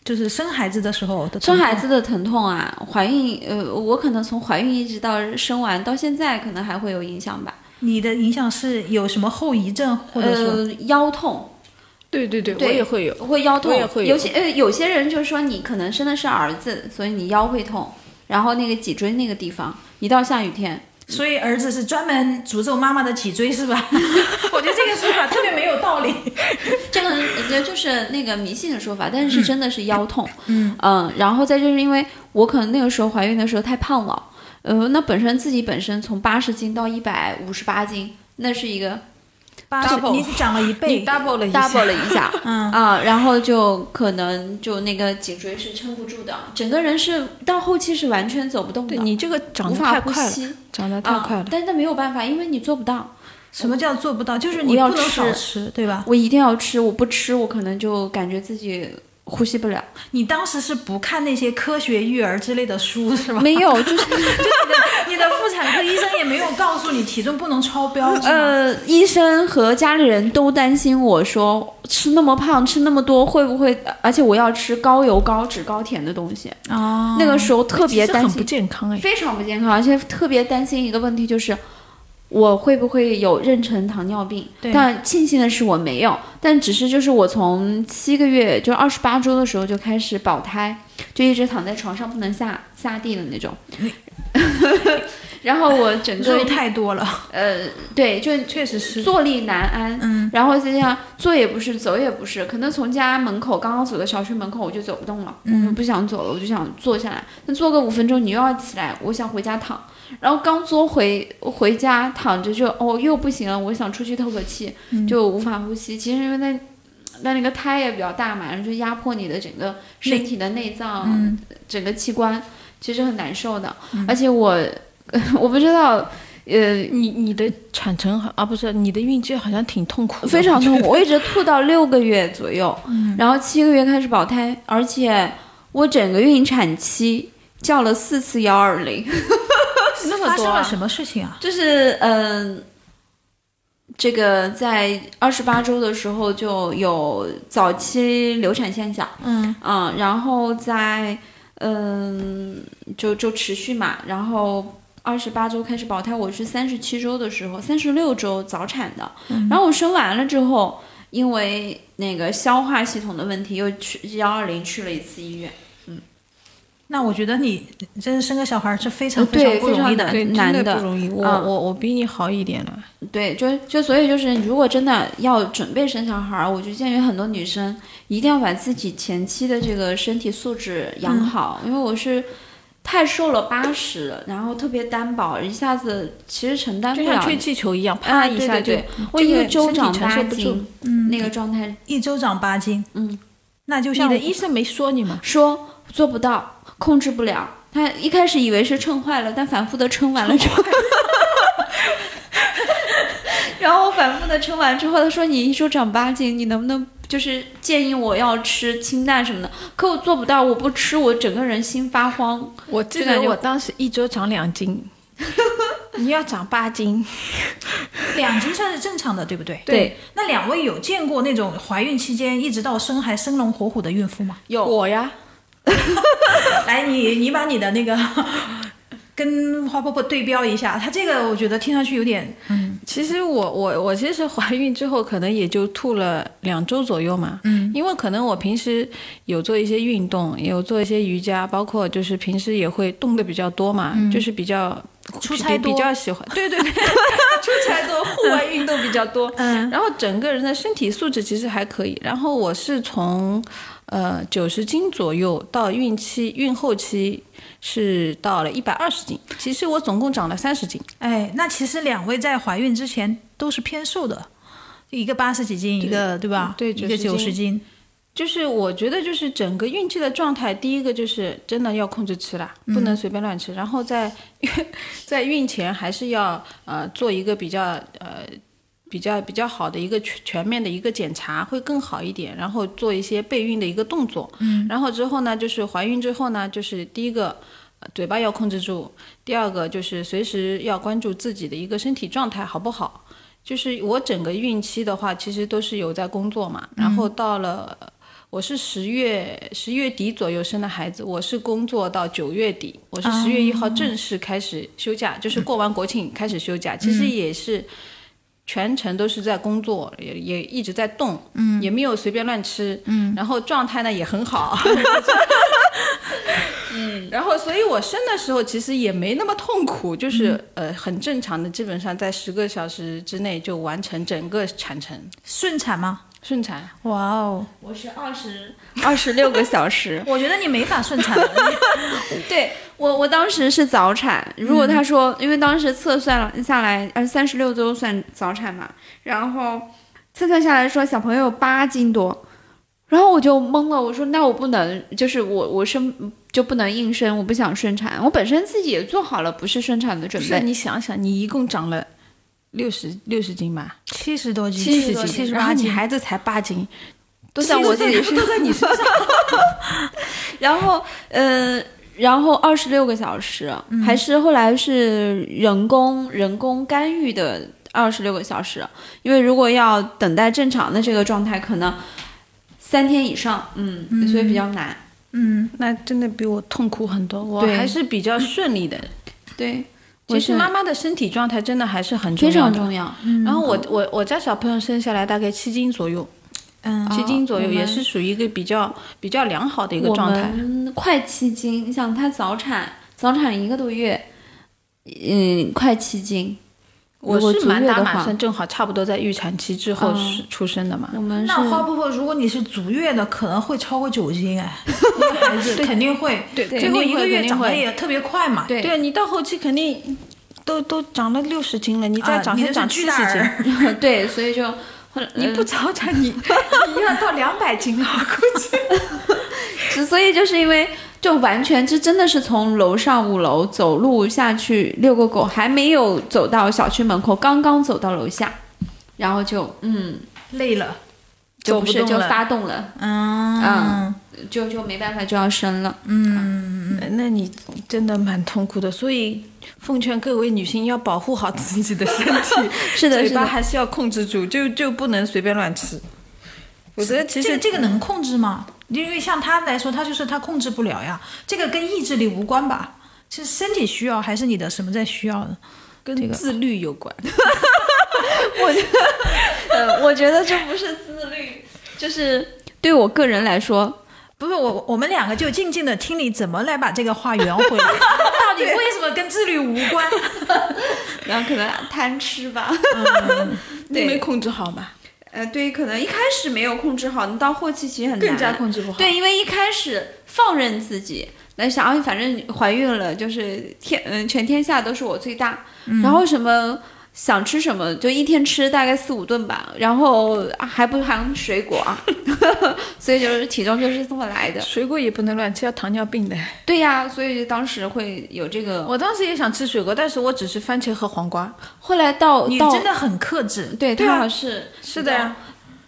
B: 就是生孩子的时候的
C: 生孩
B: 子，
C: 子的疼痛啊，怀孕，呃，我可能从怀孕一直到生完到现在，可能还会有影响吧。
B: 你的影响是有什么后遗症，或者说？
C: 呃，腰痛
A: 对对对，
C: 对
A: 我也会有。
C: 会腰痛，
A: 我也会有
C: 有些呃，有些人就说你可能生的是儿子，所以你腰会痛，然后那个脊椎那个地方，一到下雨天，
B: 所以儿子是专门诅咒妈妈的脊椎是吧？ 我觉得这个说法特别没有道 理。
C: 这个呃就是那个迷信的说法，但是真的是腰痛。嗯然后再就是因为我可能那个时候怀孕的时候太胖了，呃，那本身自己本身从八十斤到一百五十八斤，那是一个
B: 八十，
A: Double
B: 你长了一倍
A: 你，double 了一下
C: double 了一下，
B: 嗯
C: 啊，然后就可能就那个颈椎是撑不住的，整个人是到后期是完全走不动的，
A: 对你这个长
C: 无
A: 得
C: 法
A: 太
C: 呼
A: 快了，
C: 吸，
A: 长得太
C: 啊
A: 快了。
C: 但是那没有办法，因为你做不到，
B: 什么叫做不到？就是你
C: 我
B: 不
C: 要
B: 能少
C: 吃
B: 吃，对吧？
C: 我一定要吃，我不吃我可能就感觉自己呼吸不了，
B: 你当时是不看那些科学育儿之类的书 是吧？
C: 没有， 就是
B: 你的妇产科医生也没有告诉你体重不能超标，是吗？
C: 呃，医生和家里人都担心我说吃那么胖，吃那么多会不会，而且我要吃高油、高脂、高甜的东西，
B: 哦
C: 那个时候特别
A: 其实
C: 担
A: 很
C: 心
A: 不。健康哎。
C: 非常不健康，而且特别担心一个问题，就是我会不会有妊娠糖尿病？
B: 对
C: 但庆幸的是我没有，但只是就是我从七个月，就二十八周的时候就开始保胎，就一直躺在床上不能下下地的那种。 然后我整个
B: 肉太 多了，
C: 呃，对，就
B: 确实是。
C: 坐立难安，
B: 嗯，
C: 然后再加上坐也不是，走也不是，可能从家门口刚刚走到小区门口我就走不动了，
B: 嗯
C: 我就不想走了，我就想坐下来。那坐个五分钟，你又要起来，我想回家躺。然后刚坐回回家躺着就哦又不行了，我想出去透个气，
B: 嗯
C: 就无法呼吸。其实因为那那那个胎也比较大嘛，然后就压迫你的整个身体的内脏、
B: 嗯
C: 整个器官，其实很难受的。而且我 我不知道，呃，
A: 你你的产程好啊，不是你的孕期好像挺痛 苦的，
C: 非常痛苦，
A: 我
C: 我一直吐到六个月左右，然后七个月开始保胎，而且我整个孕产期叫了四次幺二零，
A: 那么
B: 发生
A: 多
B: 了
A: 啊
B: 什么事情啊？
C: 就是嗯、这个在二十八周的时候就有早期流产现象，
B: 嗯，
C: 嗯，然后在嗯就就持续嘛，然后。二十八周开始保胎，我是三十七周的时候，三十六周早产的。然后我生完了之后，因为那个消化系统的问题，又去幺二零去了一次医院。
B: 那我觉得你真的生个小孩是非常
C: 呃
B: 非
C: 对
B: 常不容易的
C: 非常。
A: 对，
C: 难
A: 真的
C: 的
A: 不容易。我、
C: 嗯
A: 我我比你好一点了，
C: 对，就就所以就是，如果真的要准备生小孩儿，我就建议很多女生一定要把自己前期的这个身体素质养
A: 嗯
C: 好，因为我是太瘦了八十，然后特别单薄，一下子其实承担不
A: 就像
C: 了。
A: 吹气球一样，
C: 啊，
A: 啪
C: 对
A: 一下
C: 对
A: 就
C: 对，我一
A: 这
C: 个
A: 个
C: 周
A: 身体
C: 长
A: 承
C: 八
A: 受不住嗯
C: 斤，那个状态
B: 一周长八斤，
C: 嗯，
B: 那就
A: 你
B: 像
A: 的医生没说你吗？
C: 说做不到，控制不了。他一开始以为是称坏了，但反复的称完了之后， 然后反复的称完之后，他说你一周长八斤，你能不能就是建议我要吃清淡什么的？可我做不到，我不吃，我整个人心发慌。
A: 我记
C: 就感
A: 得
C: 觉
A: 我当时一周长两 斤，你要长八斤，
B: 两斤算是正常的，对不对？
C: 对，
B: 那两位有见过那种怀孕期间一直到生还生龙活虎的孕妇吗？
C: 有
A: 我呀，
B: 来，你你把你的那个跟花婆婆对标一下，她这个我觉得听上去有点，
A: 其实我我我其实怀孕之后可能也就吐了两周左右嘛，嗯，因为可能我平时有做一些运动，有做一些瑜伽，包括就是平时也会动的比较多嘛，就是比较
B: 嗯出差
A: 比
B: 多
A: 比较喜欢，对对 对，出差多，户外运动比较多，嗯，然后整个人的身体素质其实还可以，然后我是从呃九十斤左右到孕期孕后期是到了一百二十斤，其实我总共长了三十斤。
B: 哎，那其实两位在怀孕之前都是偏瘦的，一个八十几斤，一个对吧？
A: 对
B: 一个九
A: 90
B: 十斤。
A: 就是我觉得，就是整个孕期的状态，第一个就是真的要控制吃啦，不能随便乱吃。然后在在孕 前还是要呃做一个比较呃比较比较好的一个全全面的一个检查，会更好一点。然后做一些备孕的一个动作。嗯。然后之后呢，就是怀孕之后呢，就是第一个。呃嘴巴要控制住，第二个就是随时要关注自己的一个身体状态好不好。就是我整个孕期的话，其实都是有在工作嘛，然后到了我是十月十月底左右生的孩子，我是工作到九月底，我是十月一号正式开始休假，就是过完国庆开始休假，其实也是全程都是在工作，也也一直在动，嗯，也没有随便乱吃，嗯，然后状态呢也很好，嗯，然后所以我生的时候其实也没那么痛苦，就是、呃很正常的，基本上在十个小时之内就完成整个产程，
B: 顺产吗？
A: 顺产。
B: 哇哦，
C: 我是二十二十六个小时，
B: 我觉得你没法顺产，
C: 对我我当时是早产。如果
A: 嗯
C: 他说，因为当时测算了下来，呃，三十六周算早产嘛，然后测算下来说小朋友八斤多，然后我就懵了，我说那我不能，就是我我生就不能硬生，我不想顺产，我本身自己也做好了不是顺产的准
A: 不是
C: 备。
A: 你想想，你一共长了六十六十斤吧，
B: 七十多斤，
A: 十斤，
B: 七十
A: 然后
B: 八
A: 你
B: 斤，
A: 孩子才八斤，
C: 都在我自己 身上，都在你身上。然后，呃，然后二十六个小时，
A: 嗯
C: 还是后来是人工人工干预的二十六个小时，因为如果要等待正常的这个状态，可能三天以上，嗯，所以比较难。
B: 嗯，
A: 那真的比我痛苦很多。我
C: 对
A: 还是比较顺利的。
C: 对，
A: 其实
C: 我是
A: 妈妈的身体状态真的还是很重
C: 非
A: 要
C: 常
A: 的。
C: 重要。
A: 然后我我我家小朋友生下来大概七斤左右，
B: 嗯
A: 七斤左
C: 我
A: 右
C: 们
A: 也是属于一个比较比较良好的一个
C: 我
A: 状态。
C: 们快七斤，你想她早产，早产一个多月，嗯，快七斤。
A: 我
C: 如果
A: 是
C: 足
A: 满
C: 月
A: 打
C: 的
A: 满
C: 话
A: 算，正好差不多在预产期之后
C: 嗯
A: 是出生的嘛。
C: 我们是
B: 那花婆婆，如果你是足月的，可能会超过九斤哎，一个孩子肯定会，
A: 对
C: 对
B: 最后一个
A: 肯
B: 月
A: 定
B: 长得
A: 会
B: 也特别快嘛，
C: 对
A: 对啊，你到后期肯定都都长了六十斤了，你再
B: 啊
A: 长
B: 你
A: 先
B: 是
A: 长
B: 巨
A: 七
B: 大
A: 十斤。
B: 儿
C: 对，所以就后来
A: 你不
C: 呃
A: 早产，你你要到两百斤了，我估计。
C: 是所以就是因为就完全这真的是从楼上五楼走路下去遛个狗，还没有走到小区门口，刚刚走到楼下，然后就嗯，
B: 累了，
C: 就
A: 走
C: 不
A: 不
C: 是
A: 动
C: 就
A: 了
C: 发动了，
B: 嗯
C: 就就没办法就要生了。
A: 那你真的蛮痛苦的，所以奉劝各位女性要保护好自己的身体，
C: 是的，
A: 嘴
C: 是
A: 巴
C: 的，
A: 还是要控制住，就就不能随便乱吃。我觉得其
B: 这
A: 实
B: 个这个能控制吗？因为像她来说，她就是她控制不了呀，这个跟意志力无关吧？是身体需要还是你的什么在需要呢？这
A: 跟
B: 个
A: 自律有关。
C: 呃，我觉得这不是自律，就是对我个人来说，
B: 不是我，我们两个就静静的听你怎么来把这个话圆回来， 到底为什么跟自律无关？
C: 然后可能贪吃吧。
A: 你没控制好嘛，
C: 呃，对，可能一开始没有控制好，你到后期其实很难
A: 更加控制不好。
C: 对，因为一开始放任自己，那想啊，反正怀孕了，就是天嗯，全天下都是我最大。
B: 嗯
C: 然后什么想吃什么，就一天吃大概四五顿吧，然后啊还不含水 果啊，所以就是体重就是这么来的。
A: 水果也不能乱吃，要糖尿病的。
C: 对呀、所以当时会有这个。
A: 我当时也想吃水果，但是我只是番茄和黄瓜。
C: 后来到
B: 你
C: 到
B: 真的很克制，
C: 对
A: 对
C: 他
A: 啊
C: 好像是
A: 是的呀，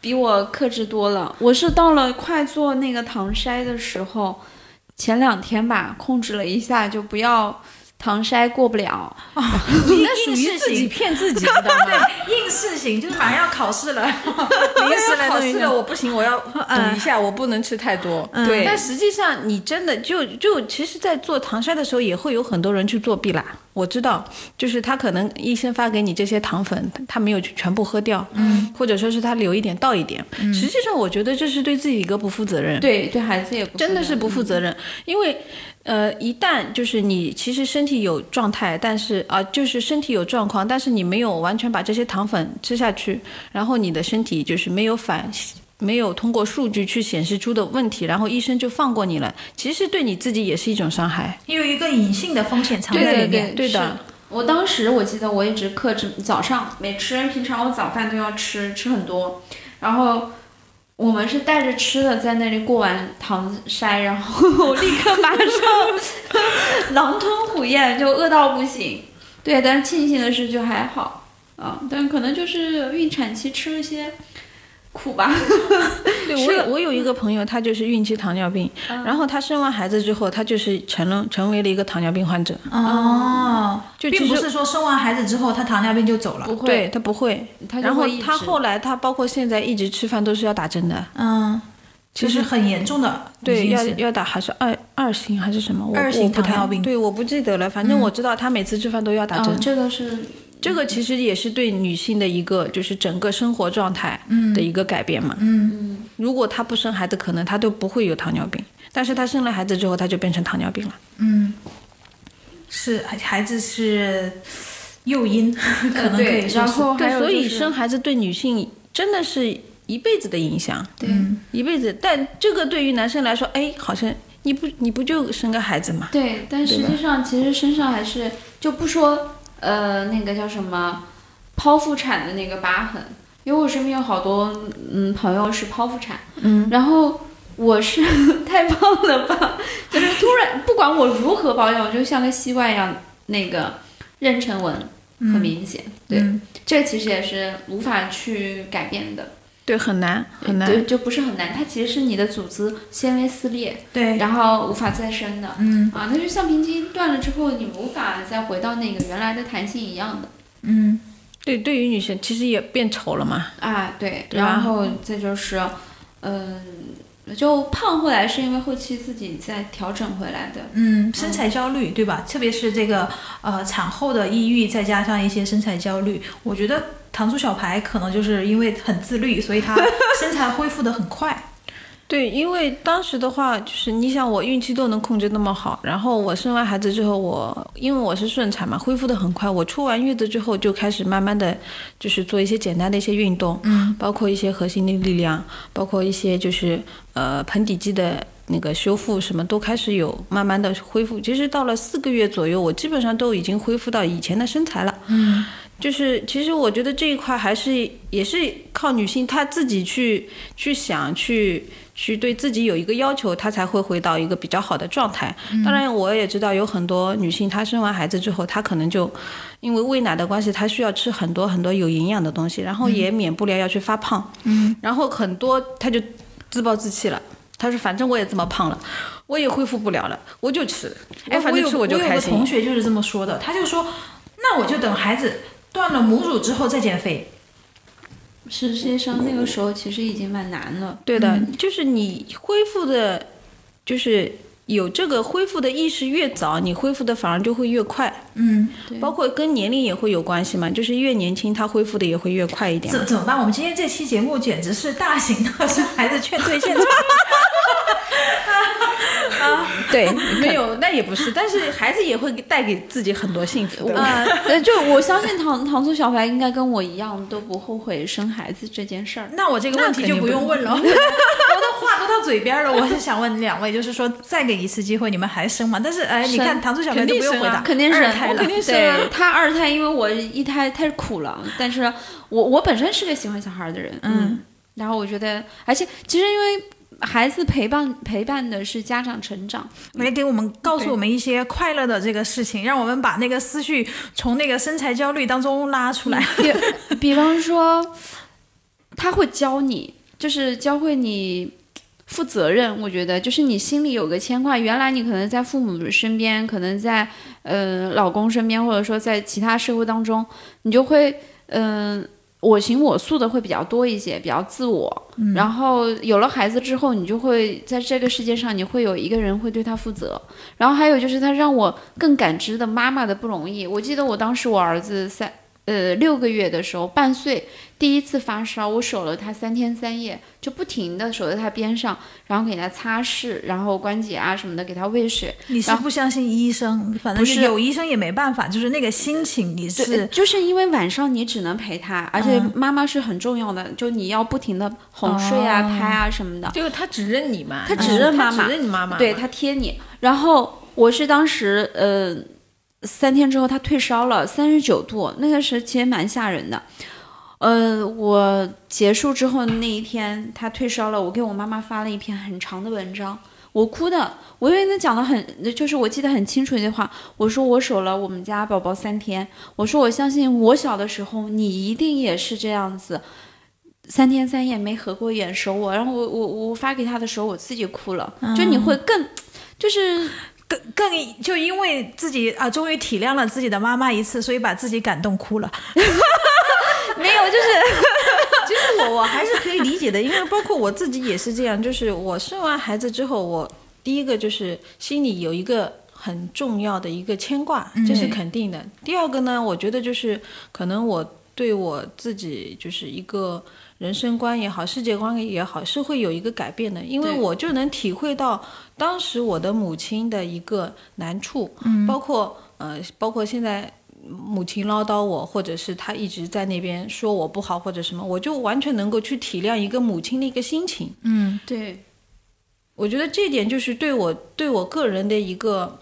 C: 比我克制多了。我是到了快做那个糖筛的时候，前两天吧，控制了一下，就不要唐筛过不了，
B: 你
A: 那属于自己骗自己，知道 吗？
B: 应试型，就是马上要考试 了，
A: 临
B: 临时
A: 时
B: 来
A: 考
B: 弄一
A: 试
B: 个
A: 了，嗯我不行， 我要补一下，我不能吃太多。嗯
C: 对
A: 但实际上你真的就就其实，在做唐筛的时候，也会有很多人去作弊啦。我知道，就是他可能医生发给你这些糖粉，他他没有去全部喝掉，嗯，或者说是他留一点倒一点。实际上，我觉得这是对自己一个不负责任。
C: 对对孩子也不
A: 真的
C: 负责嗯
A: 是不负责任，因为呃，一旦就是你其实身体有状态，但是啊、就是身体有状况，但是你没有完全把这些糖粉吃下去，然后你的身体就是没有反。没有通过数据去显示出的问题，然后医生就放过你了，其实对你自己也是一种伤害。
B: 有一个隐性的风险藏
C: 对
B: 在
C: 对
B: 里
C: 对
B: 面。
A: 对的
C: 是我当时我记得我一直克制，早上每吃，平常我早饭都要吃，吃很多，然后。我们是带着吃的在那里过完唐筛，然后立刻马上 狼吞虎咽，就饿到不行。对，但是庆幸的是就还好啊，但可能就是孕产期吃了些苦 吧。
A: 对我有我有一个朋友，他就是孕期糖尿病，
C: 嗯
A: 然后他生完孩子之后，他就是成了成为了一个糖尿病患者，
C: 嗯
B: 哦，
A: 就其
B: 并不
A: 实
B: 是说生完孩子之后他糖尿病就走了。
C: 不
A: 对，他不会，
C: 他就
A: 然后
C: 会一
A: 他
C: 直
A: 后来他包括现在一直吃饭都是要打针的，
B: 嗯，
A: 其
B: 就
A: 实
B: 是很严重的一
A: 对，
B: 件
A: 要
B: 事。
A: 要打还是二二型还是什么？我
B: 二型
A: 我不太
B: 糖尿病
A: 对，我不记得了。反正我知道他每次吃饭都要打针。
C: 嗯，这个是
A: 这个其实也是对女性的一个就是整个生活状态的一个改变嘛。
B: 嗯
A: 如果她不生孩子，可能她都不会有糖尿病。但是她生了孩子之后，她就变成糖尿病了。
B: 嗯，是孩子是 诱因， 可能可
C: 对
B: 以，说
C: 然
B: 是。
C: 后还
A: 呃对，
C: 有
A: 所以
C: 就是
A: 生孩子对女性真的是一辈子的影响，
C: 对
A: 一辈子。但这个对于男生来说，哎，好像你不你不就生个孩子嘛？
C: 对，但实际上其实身上还是就不说呃那个叫什么剖腹产的那个疤痕，因为我身边有好多嗯朋友是剖腹产，嗯，然后我是 太胖了吧，就是突然不管我如何保养，我就像个西瓜一样，那个妊娠纹很明显，对，
B: 嗯
C: 这其实也是无法去改变的，
A: 对，很难很难。
C: 对，就不是很难，它其实是你的组织纤维撕裂，
B: 对，
C: 然后无法再生的。
B: 嗯
C: 啊，它就橡皮筋断了之后，你无法再回到那个原来的弹性一样的
B: 嗯
A: 对，对于女性其实也变丑了嘛。
C: 啊，对，
A: 对吧
C: 然后再就是，嗯、就胖回来是因为后期自己再调整回来的，
B: 嗯，身材焦虑对吧？特别是这个呃产后的抑郁，再加上一些身材焦虑，我觉得糖醋小排可能就是因为很自律，所以她身材恢复的很快。
A: 对，因为当时的话，就是你想我孕期都能控制那么好，然后我生完孩子之后，我因为我是顺产嘛，恢复的很快。我出完月子之后就开始慢慢的，就是做一些简单的一些运动，嗯，包括一些核心的力量，包括一些就是呃盆底肌的那个修复，什么都开始有慢慢的恢复。其实到了四个月左右，我基本上都已经恢复到以前的身材了。
B: 嗯，
A: 就是其实我觉得这一块还是也是靠女性她自己去去想去去对自己有一个要求，她才会回到一个比较好的状态。
B: 嗯
A: 当然，我也知道有很多女性她生完孩子之后，她可能就因为喂奶的关系，她需要吃很多很多有营养的东西，然
B: 嗯
A: 后也免不了要去发胖。嗯，然后很多她就自暴自弃了。她说：“反正我也这么胖了，我也恢复不了了，我就吃， 哎，反正
B: 有
A: 吃就
B: 有
A: 开
B: 个
A: 心。
B: 同学就是这么说的，他就说，那我就等孩子断了母乳之后再减肥。
C: 实际上那个时候其实已经蛮难了。
A: 对的，就是你恢复的，就是有这个恢复的意识越早，你恢复的反而就会越快，
B: 嗯，
C: 对
A: 包括跟年龄也会有关系嘛，就是越年轻，它恢复的也会越快一点。
B: 怎怎么办？我们今天这期节目简直是大型的生孩子劝退现场。
A: 对， 没有，那也不是，但是孩子也会带给自己很多幸福。对吧
C: 啊，呃就我相信糖糖醋小白应该跟我一样都不后悔生孩子这件事儿。
B: 那我这个
A: 那
B: 问题
A: 肯
B: 就
A: 定
B: 不
A: 不
B: 用
A: 用
B: 问 了，我的话都到嘴边了。我是想问两位，就是说再给一次机会，你们还生吗？但是哎，你
C: 生
B: 看糖醋小排
A: 肯
B: 都
A: 定
B: 不用
A: 生
B: 回
A: 啊
B: 答，
C: 肯定是
B: 二胎
C: 我
B: 了，
C: 肯定啊是
A: 对
C: 他二胎，因为我一胎太苦了，但是我我本身是个喜欢小孩的人，
B: 嗯，
C: 然后我觉得，而且其实因为孩子陪伴陪伴的是家长成长，
B: 来给我们告诉我们一些快乐的这个事情，让我们把那个思绪从那个身材焦虑当中拉出
C: 嗯
B: 来。
C: 比比方说，他会教你，就是教会你负责任。我觉得就是你心里有个牵挂，原来你可能在父母身边，可能在呃老公身边，或者说在其他社会当中，你就会嗯。我行我素的会比较多一些，比较自我。然后有了孩子之后，你就会在这个世界上，你会有一个人会对他负责。然后还有就是，他让我更感知的妈妈的不容易。我记得我当时我儿子三呃六个月的时候，半岁第一次发烧，我守了他三天三夜，就不停的守在他边上，然后给他擦拭，然后关节啊什么的给他喂水。
B: 你是
C: 然
B: 不相信医生，反正
C: 不是
B: 有医生也没办法，就是那个心情你
C: 对，呃
B: 是
C: 就是嗯因为晚上你只能陪他，而且妈妈是很重要的，就你要不停的哄睡啊、
B: 哦
C: 拍啊什么的。
D: 就是他只认你嘛，
C: 他只
D: 嗯
C: 认妈妈
D: 只认你妈妈嘛，
C: 对他贴你。然后我是当时呃三天之后他退烧了，三十九度，那个时候其实蛮吓人的。呃，我结束之后那一天他退烧了，我给我妈妈发了一篇很长的文章。我哭的，我因为他讲的很，就是我记得很清楚一句话，我说我守了我们家宝宝三天，我说我相信我小的时候你一定也是这样子，三天三夜没合过眼守我，然后我我我发给他的时候我自己哭了，
A: 嗯
C: 就你会更，就是
B: 更更就因为自己啊，终于体谅了自己的妈妈一次，所以把自己感动哭了。
C: 没有就是
A: 其实我我还是可以理解的，因为包括我自己也是这样，就是我生完孩子之后，我第一个就是心里有一个。很重要的一个牵挂，这是肯定的。第二个呢，我觉得就是可能我对我自己就是一个人生观也好，世界观也好，是会有一个改变的，因为
C: 对
A: 我就能体会到当时我的母亲的一个难处，包括呃，包括现在母亲唠叨我，或者是她一直在那边说我不好或者什么，我就完全能够去体谅一个母亲的一个心情。
B: 嗯
C: 对
A: 我觉得这点就是对我对我个人的一个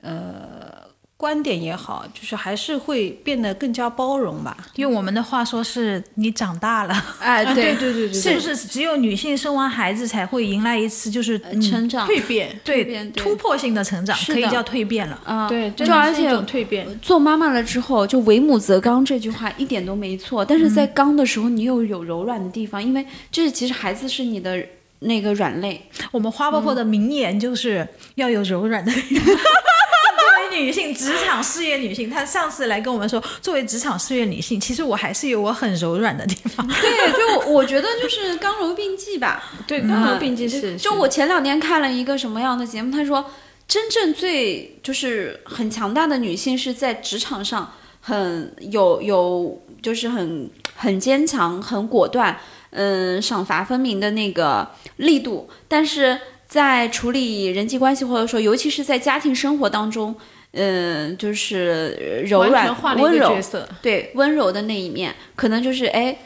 A: 呃观点也好，就是还是会变得更加包容吧。啊
B: 用我们的话说是，你长大了，
C: 哎对
A: 对对对
B: 是不是只有女性生完孩子才会迎来一次就是、嗯、
C: 成长
D: 蜕变。
B: 对
C: 蜕变对
B: 突破性的成长，
C: 是
B: 可以
C: 的
B: 叫蜕变了。
C: 啊
A: 对，真
C: 就
A: 的
C: 而
A: 是一
C: 且
A: 种蜕变。
C: 做妈妈了之后，就为母则刚这句话一点都没错，但是
A: 嗯
C: 在刚的时候，你又有柔软的地方，因为这其实孩子是你的那个软肋，
B: 我们花婆婆的名言就是要有柔软的 地方。作为女性，职场事业女性，她上次来跟我们说，作为职场事业女性，其实我还是有我很柔软的地方。
C: 对，就我我觉得就是刚柔并济吧，
A: 对，刚柔并济
C: 嗯
A: 是。
C: 就我前两天看了一个什么样的节目，他说，真正最就是很强大的女性是在职场上很有有就是很很坚强、很果断，嗯，赏罚分明的那个力度，但是在处理人际关系或者说尤其是在家庭生活当中。嗯，就是柔
D: 完全
C: 软、
D: 换了
C: 温
D: 一个
C: 柔
D: 角，色，
C: 对温柔的那一面，可能就是哎，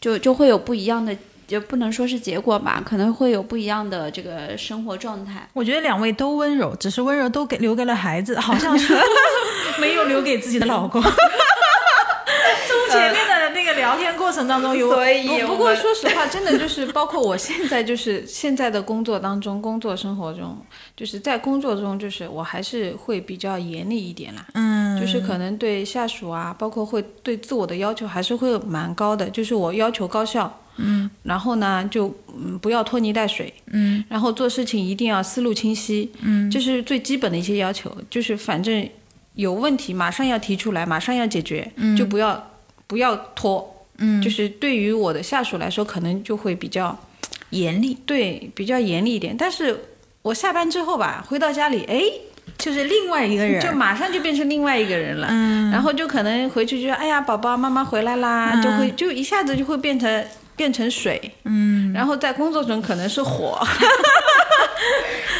C: 就就会有不一样的，就不能说是结果吧，可能会有不一样的这个生活状态。
B: 我觉得两位都温柔，只是温柔都给留给了孩子，好像 是没有留给自己的老 公。从前面的那个聊天过程当中有，
D: 所以
A: 不不过说实话，真的就是包括我现在就是现在的工作当中、工作生活中，就是在工作中，就是我还是会比较严厉一点啦。
B: 嗯，
A: 就是可能对下属啊，包括会对自我的要求还是会蛮高的，就是我要求高效，嗯，然后呢就嗯不要拖泥带水，嗯，然后做事情一定要思路清晰，嗯，这是最基本的一些要求，就是反正有问题马上要提出来，马上要解决，嗯，就不要不要拖，嗯，就是对于我的下属来说，可能就会比较
B: 严厉，
A: 对比较严厉一点，但是我下班之后吧，回到家里，哎，
B: 就是另外一个人，
A: 就马上就变成另外一个人了。然后就可能回去就哎呀，宝宝，妈妈回来啦，就会就一下子就会变成变成水。嗯，然后在工作中可能是 火，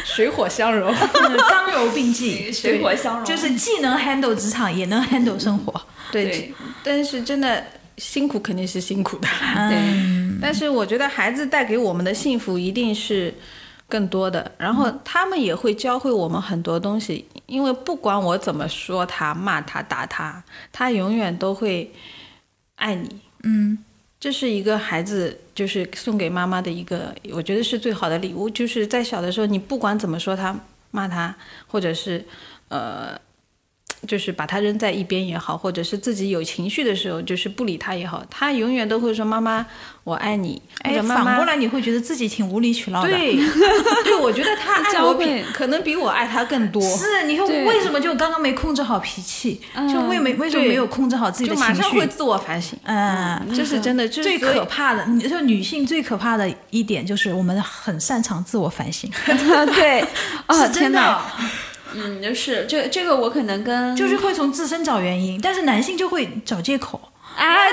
A: 水火相容。
B: 嗯刚柔并 济，
C: 水火相容
B: 就是既能 handle 职场，也能 handle 生活。
A: 对，
C: 对
A: 但是真的辛苦肯定是辛苦的，
C: 对，
A: 但是我觉得孩子带给我们的幸福一定是。更多的，然后
B: 嗯
A: 他们也会教会我们很多东西，因为不管我怎么说他、骂他、打他，他永远都会爱你。
B: 嗯，
A: 这是一个孩子就是送给妈妈的一个，我觉得是最好的礼物。就是在小的时候，你不管怎么说他、骂他，或者是呃就是把他扔在一边也好，或者是自己有情绪的时候，就是不理他也好，他永远都会说妈妈我爱你，或
B: 哎
A: 者，妈妈
B: 反过来你会觉得自己挺无理取闹 的。
A: 对对，我觉得他爱
C: 交
A: 我
C: 配
A: 比可能比我爱他更多，
B: 是，你看
C: 对
B: 为什么就刚刚没控制好脾气，就为没为什么
A: 对
B: 没有控制好自己
A: 就
B: 的
A: 马
B: 情
A: 上会
B: 绪？
A: 自我反省。
B: 嗯，
A: 这是真的，这
B: 最
A: 是所以
B: 可怕的，你说女性最可怕的一点就是我们很擅长自我反省，
C: 对，啊，
B: 是
C: 天
B: 真
C: 哪
B: 的，，
C: 嗯，就是这这个我可能跟
B: 就是会从自身找原因，但是男性就会找借口，
C: 哎，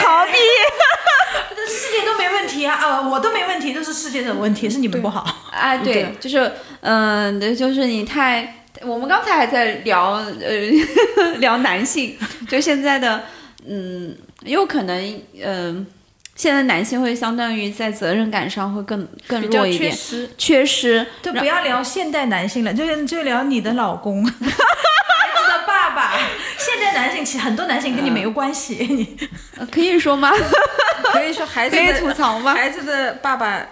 C: 逃避，
B: 世界都没问题啊，啊，我都没问题，都是世界的问题，是你们不好。
C: 哎，对，就是，嗯、对就是你太，我们刚才还在聊，呃， 聊男性，就现在的，嗯，有可能，嗯、现在男性会相当于在责任感上会更更
A: 比较
C: 弱一
A: 缺
C: 点，
A: 失，
C: 缺失，
B: 就不要聊现代男性了，就就聊你的老公。孩子的爸爸，现代男性其实很多男性跟你没有关系，你
C: 呃可以说吗？
A: 可以说孩子
C: 可以
A: 的
C: 吐槽吗？
A: 孩子的爸爸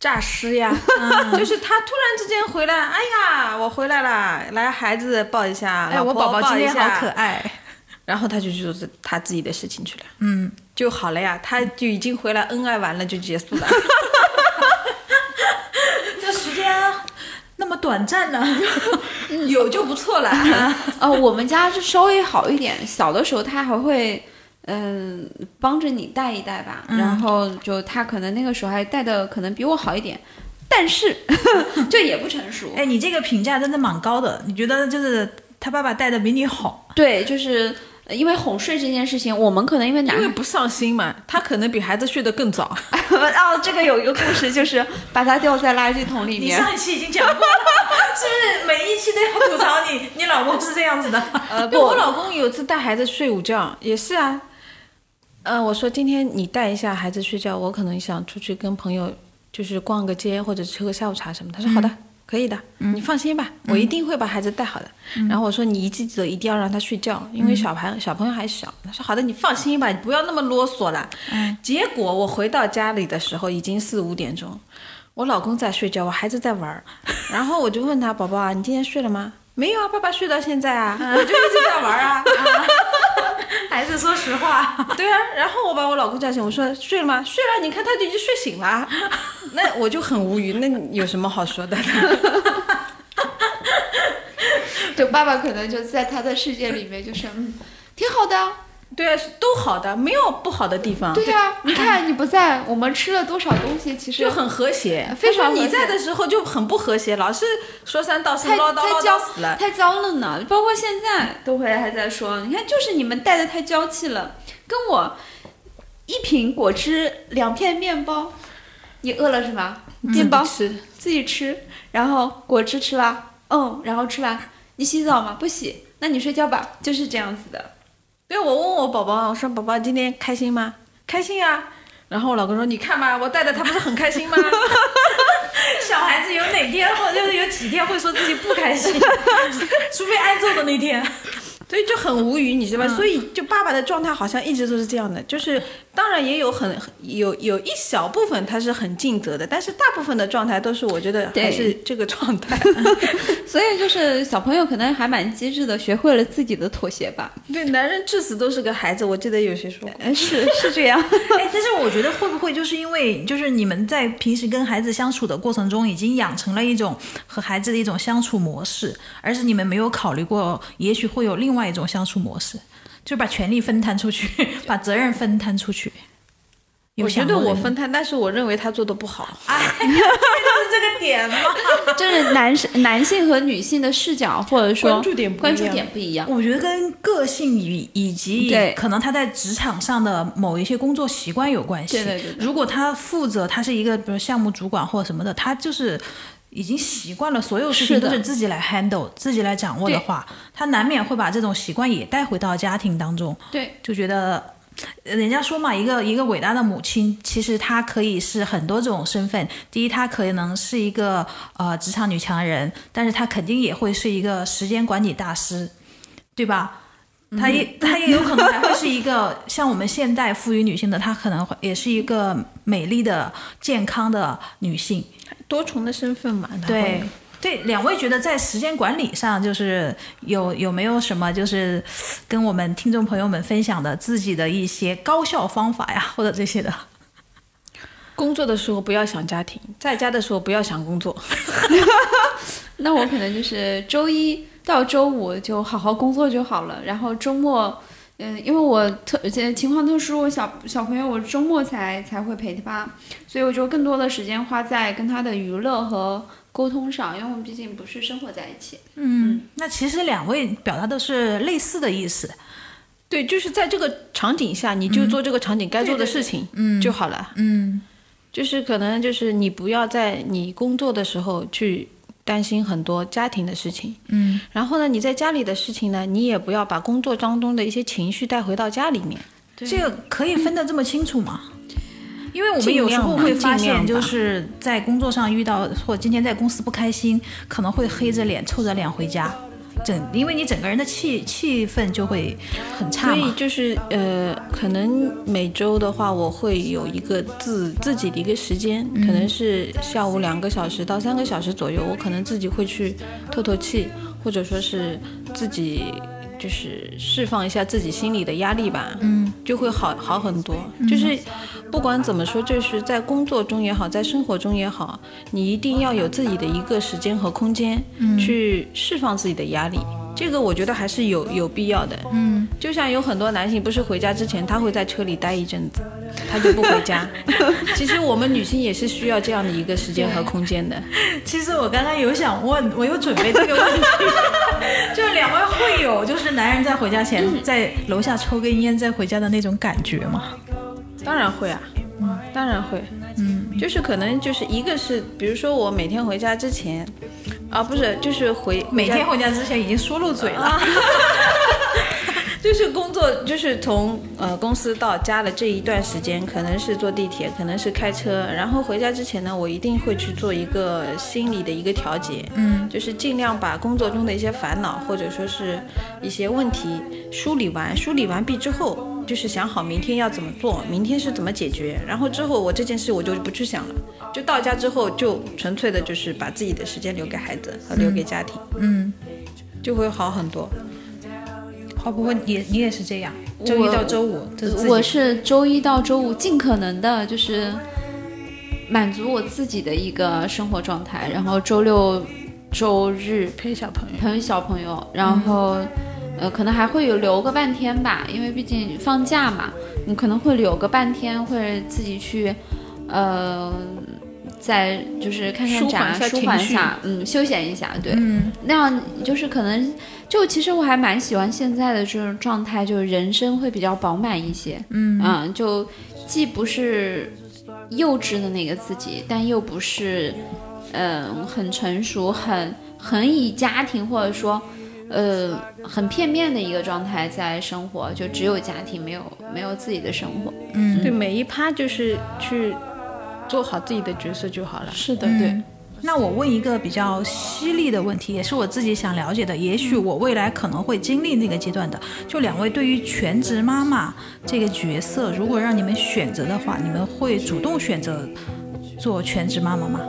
A: 诈尸 呀，嗯就是他突然之间回来，哎呀，我回来啦，来孩子抱一下，
B: 哎，
A: 老
B: 我
A: 婆
B: 宝宝
A: 抱
B: 今
A: 一
B: 天
A: 下
B: 好可，爱，
A: 然后他就去做自他自己的事情去了，
B: 嗯，
A: 就好了呀，他就已经回来恩爱完了就结 束了，
B: 这时间那么短暂 呢，
A: 有就不错了，
C: 呃，我们家是稍微好一点，小的时候他还会。嗯，帮着你带一带吧，然后就他可能那个时候还带的可能比我好一点，但是 就也不成熟。
B: 哎，你这个评价真的蛮高的，你觉得就是他爸爸带的比你好？
C: 对，就是呃因为哄睡这件事情，我们可能因为男
A: 因为不上心嘛，他可能比孩子睡得更早，
C: 哦，这个有一个故事，就是把他掉在垃圾桶里
B: 你
C: 面。
B: 上一期已经讲过了，是不是每一期都要吐槽 你？你老公是这样子的，
A: 呃，
C: 不
A: 我老公有次带孩子睡午觉也是啊，呃，我说今天你带一下孩子睡觉，我可能想出去跟朋友就是逛个街或者吃个下午茶什么。他说好的，可以的，你放心吧，我一定会把孩子带好的。然后我说你一记得一定要让他睡觉，因为小孩小朋友还小。他说好的，你放心吧，你不要那么啰嗦了。结果我回到家里的时候已经四五点钟，我老公在睡觉，我孩子在玩儿，然后我就问他：“宝宝啊，你今天睡了吗？”没有啊，爸爸睡到现在啊，我就一直在玩儿啊。
B: 孩子说实话，
A: 对啊，然后我把我老公叫醒，我说睡了吗？睡了，你看他就已经睡醒 了。那我就很无语，那你有什么好说的？
C: 对，爸爸可能就在他的世界里面，就是嗯，挺好的啊。
A: 对啊，都好的，没有不好的地方，
C: 对呀、你看你不在，我们吃了多少东西，其实
A: 就很和谐。
C: 非常
A: 他说
C: 和
A: 你
C: 谐
A: 在的时候就很不和谐，老是说三道四，
C: 太
A: 唠叨
C: 太
A: 唠
C: 娇
A: 叨死了。
C: 太娇了呢，包括现在都会还在说，你看就是你们带的太娇气了，跟我一瓶果汁两片面包，你饿了是吗？面包
A: 嗯吃
C: 自己吃，然后果汁吃吧，嗯，然后吃完你洗澡吗？不洗，那你睡觉吧，就是这样子的。
A: 对，我问我宝宝，我说宝宝今天开心吗？开心啊。然后我老公说：“你看吧，我带的他不是很开心吗？
B: 小孩子有哪天或者就是有几天会说自己不开 心，除非挨揍的那天。
A: 所以就很无语，你知道吧？所以就爸爸的状态好像一直都是这样的，就是当然也有很有有一小部分他是很尽责的，但是大部分的状态都是我觉得还
C: 对
A: 是这个状态。
C: 所以就是小朋友可能还蛮机智的，学会了自己的妥协吧。
A: 对，男人至死都是个孩子，我记得有谁说过。
C: 嗯，是是这样。
B: 哎，但是我觉得会不会就是因为就是你们在平时跟孩子相处的过程中，已经养成了一种和孩子的一种相处模式，而是你们没有考虑过，也许会有另外一种相处模式，就是把权力分摊出去， 把责任分摊出去。有
A: 我觉
B: 想
A: 得
B: 过
A: 我
B: 这个
A: 分摊，但是我认为他做的不 好。
B: 就是这个点吗？
C: 就是男生男性和女性的视角，或者说
A: 关注点不一样
C: 关注点不一样。
B: 我觉得跟个性以以及
C: 对
B: 可能他在职场上的某一些工作习惯有关系。
C: 对对对对
B: 如果他负责他是一个比如项目主管或者什么的，他就是已经习惯了所有事
C: 是
B: 情
C: 的
B: 都是自己来 handle、自己来掌握的
C: 对
B: 话，他难免会把这种习惯也带回到家庭当中，
C: 对，
B: 就觉得。呃人家说嘛，一个一个伟大的母亲，其实她可以是很多种身份。第一，她可能是一个呃职场女强人，但是她肯定也会是一个时间管理大师，对吧？她也、她也有可能还会是一个 像我们现代赋予女性的，她可能会也是一个美丽的、健康的女性。
A: 多重的身份嘛，
B: 对，对，两位觉得在时间管理上，就是有有没有什么就是跟我们听众朋友们分享的自己的一些高效方法呀，或者这些的？
A: 工作的时候不要想家庭，在家的时候不要想工作。
C: 那我可能就是周一到周五就好好工作就好了，然后周末，嗯，因为我特而且情况特殊，我小小朋友我周末才才会陪他，所以我就更多的时间花在跟他的娱乐和沟通上，因为我们毕竟不是生活在一起。
B: 嗯，那其实两位表达都是类似的意思。
A: 对，就是在这个场景下，你就做这个场景该做的事情，
B: 嗯
A: 就好了。
B: 嗯，
A: 就是可能就是你不要在你工作的时候去担心很多家庭的事情，
B: 嗯，
A: 然后呢，你在家里的事情呢，你也不要把工作当中的一些情绪带回到家里面。
B: 这个可以分得这么清楚吗？因为我们有时候
A: 尽量吧
B: 会发
A: 尽量吧
B: 现，就是在工作上遇到，或者今天在公司不开心，可能会黑着脸、臭着脸回家，整因为你整个人的气气氛就会很差
A: 所以
B: 嘛。
A: 就是呃，可能每周的话，我会有一个自自己的一个时间，可
B: 嗯
A: 能是下午两个小时到三个小时左右，我可能自己会去透透气，或者说是自己就是释放一下自己心里的压力吧，嗯，就会好好很多。
B: 嗯
A: 就是不管怎么说，就是在工作中也好，在生活中也好，你一定要有自己的一个时间和空间，
B: 嗯
A: 去释放自己的压力。这个我觉得还是有有必要的，嗯，就像有很多男性不是回家之前他会在车里待一阵子，他就不回 家。其实我们女性也是需要这样的一个时间和空间的。
B: 其实我刚刚有想问，我有准备这个问题， 就两位会有就是男人在回家
A: 嗯
B: 前在楼下抽根烟再回家的那种感觉吗？
A: 当然会啊，当然会，嗯，就是可能就是一个是，比如说我每天回家之前，啊，不是，就是回
B: 每
A: 回
B: 天
A: 家
B: 回家之前已经说漏嘴 了，
A: 啊就是工作，就是从呃公司到家的这一段时间，可能是坐地铁，可能是开车，然后回家之前呢，我一定会去做一个心理的一个调节，嗯，就是尽量把工作中的一些烦恼或者说是一些问题梳理完，梳理完毕之后。就是想好明天要怎么做，明天是怎么解决，然后之后我这件事我就不去想了，就到家之后就纯粹的就是把自己的时间留给孩子和留给家庭，
B: 嗯，
A: 就会好很多。
B: 会不会你你也是这样？周一到周五，就是自己
C: 我是周一到周五尽可能的就是满足我自己的一个生活状态，然后周六、周日
A: 陪小朋友。
C: 陪小朋友，然后、呃可能还会有留个半天吧，因为毕竟放假嘛，你可能会留个半天，或者自己去呃在就是看看
A: 舒缓
C: 展
A: 一下，
C: 舒缓
A: 情
C: 一
A: 绪
C: 下，嗯，休闲一下，对，
B: 嗯
C: 那样就是可能就其实我还蛮喜欢现在的这种状态，就是人生会比较饱满一些，
B: 嗯
C: 嗯，就既不是幼稚的那个自己，但又不是嗯、呃很成熟、很很以家庭或者说呃很片面的一个状态在生活，就只有家庭没有没有自己的生活。
B: 嗯，
A: 对，每一趴就是去做好自己的角色就好了。
C: 是的，
B: 嗯。那我问一个比较犀利的问题，也是我自己想了解的，也许我未来可能会经历那个阶段的。就两位对于全职妈妈这个角色，如果让你们选择的话，你们会主动选择做全职妈妈吗？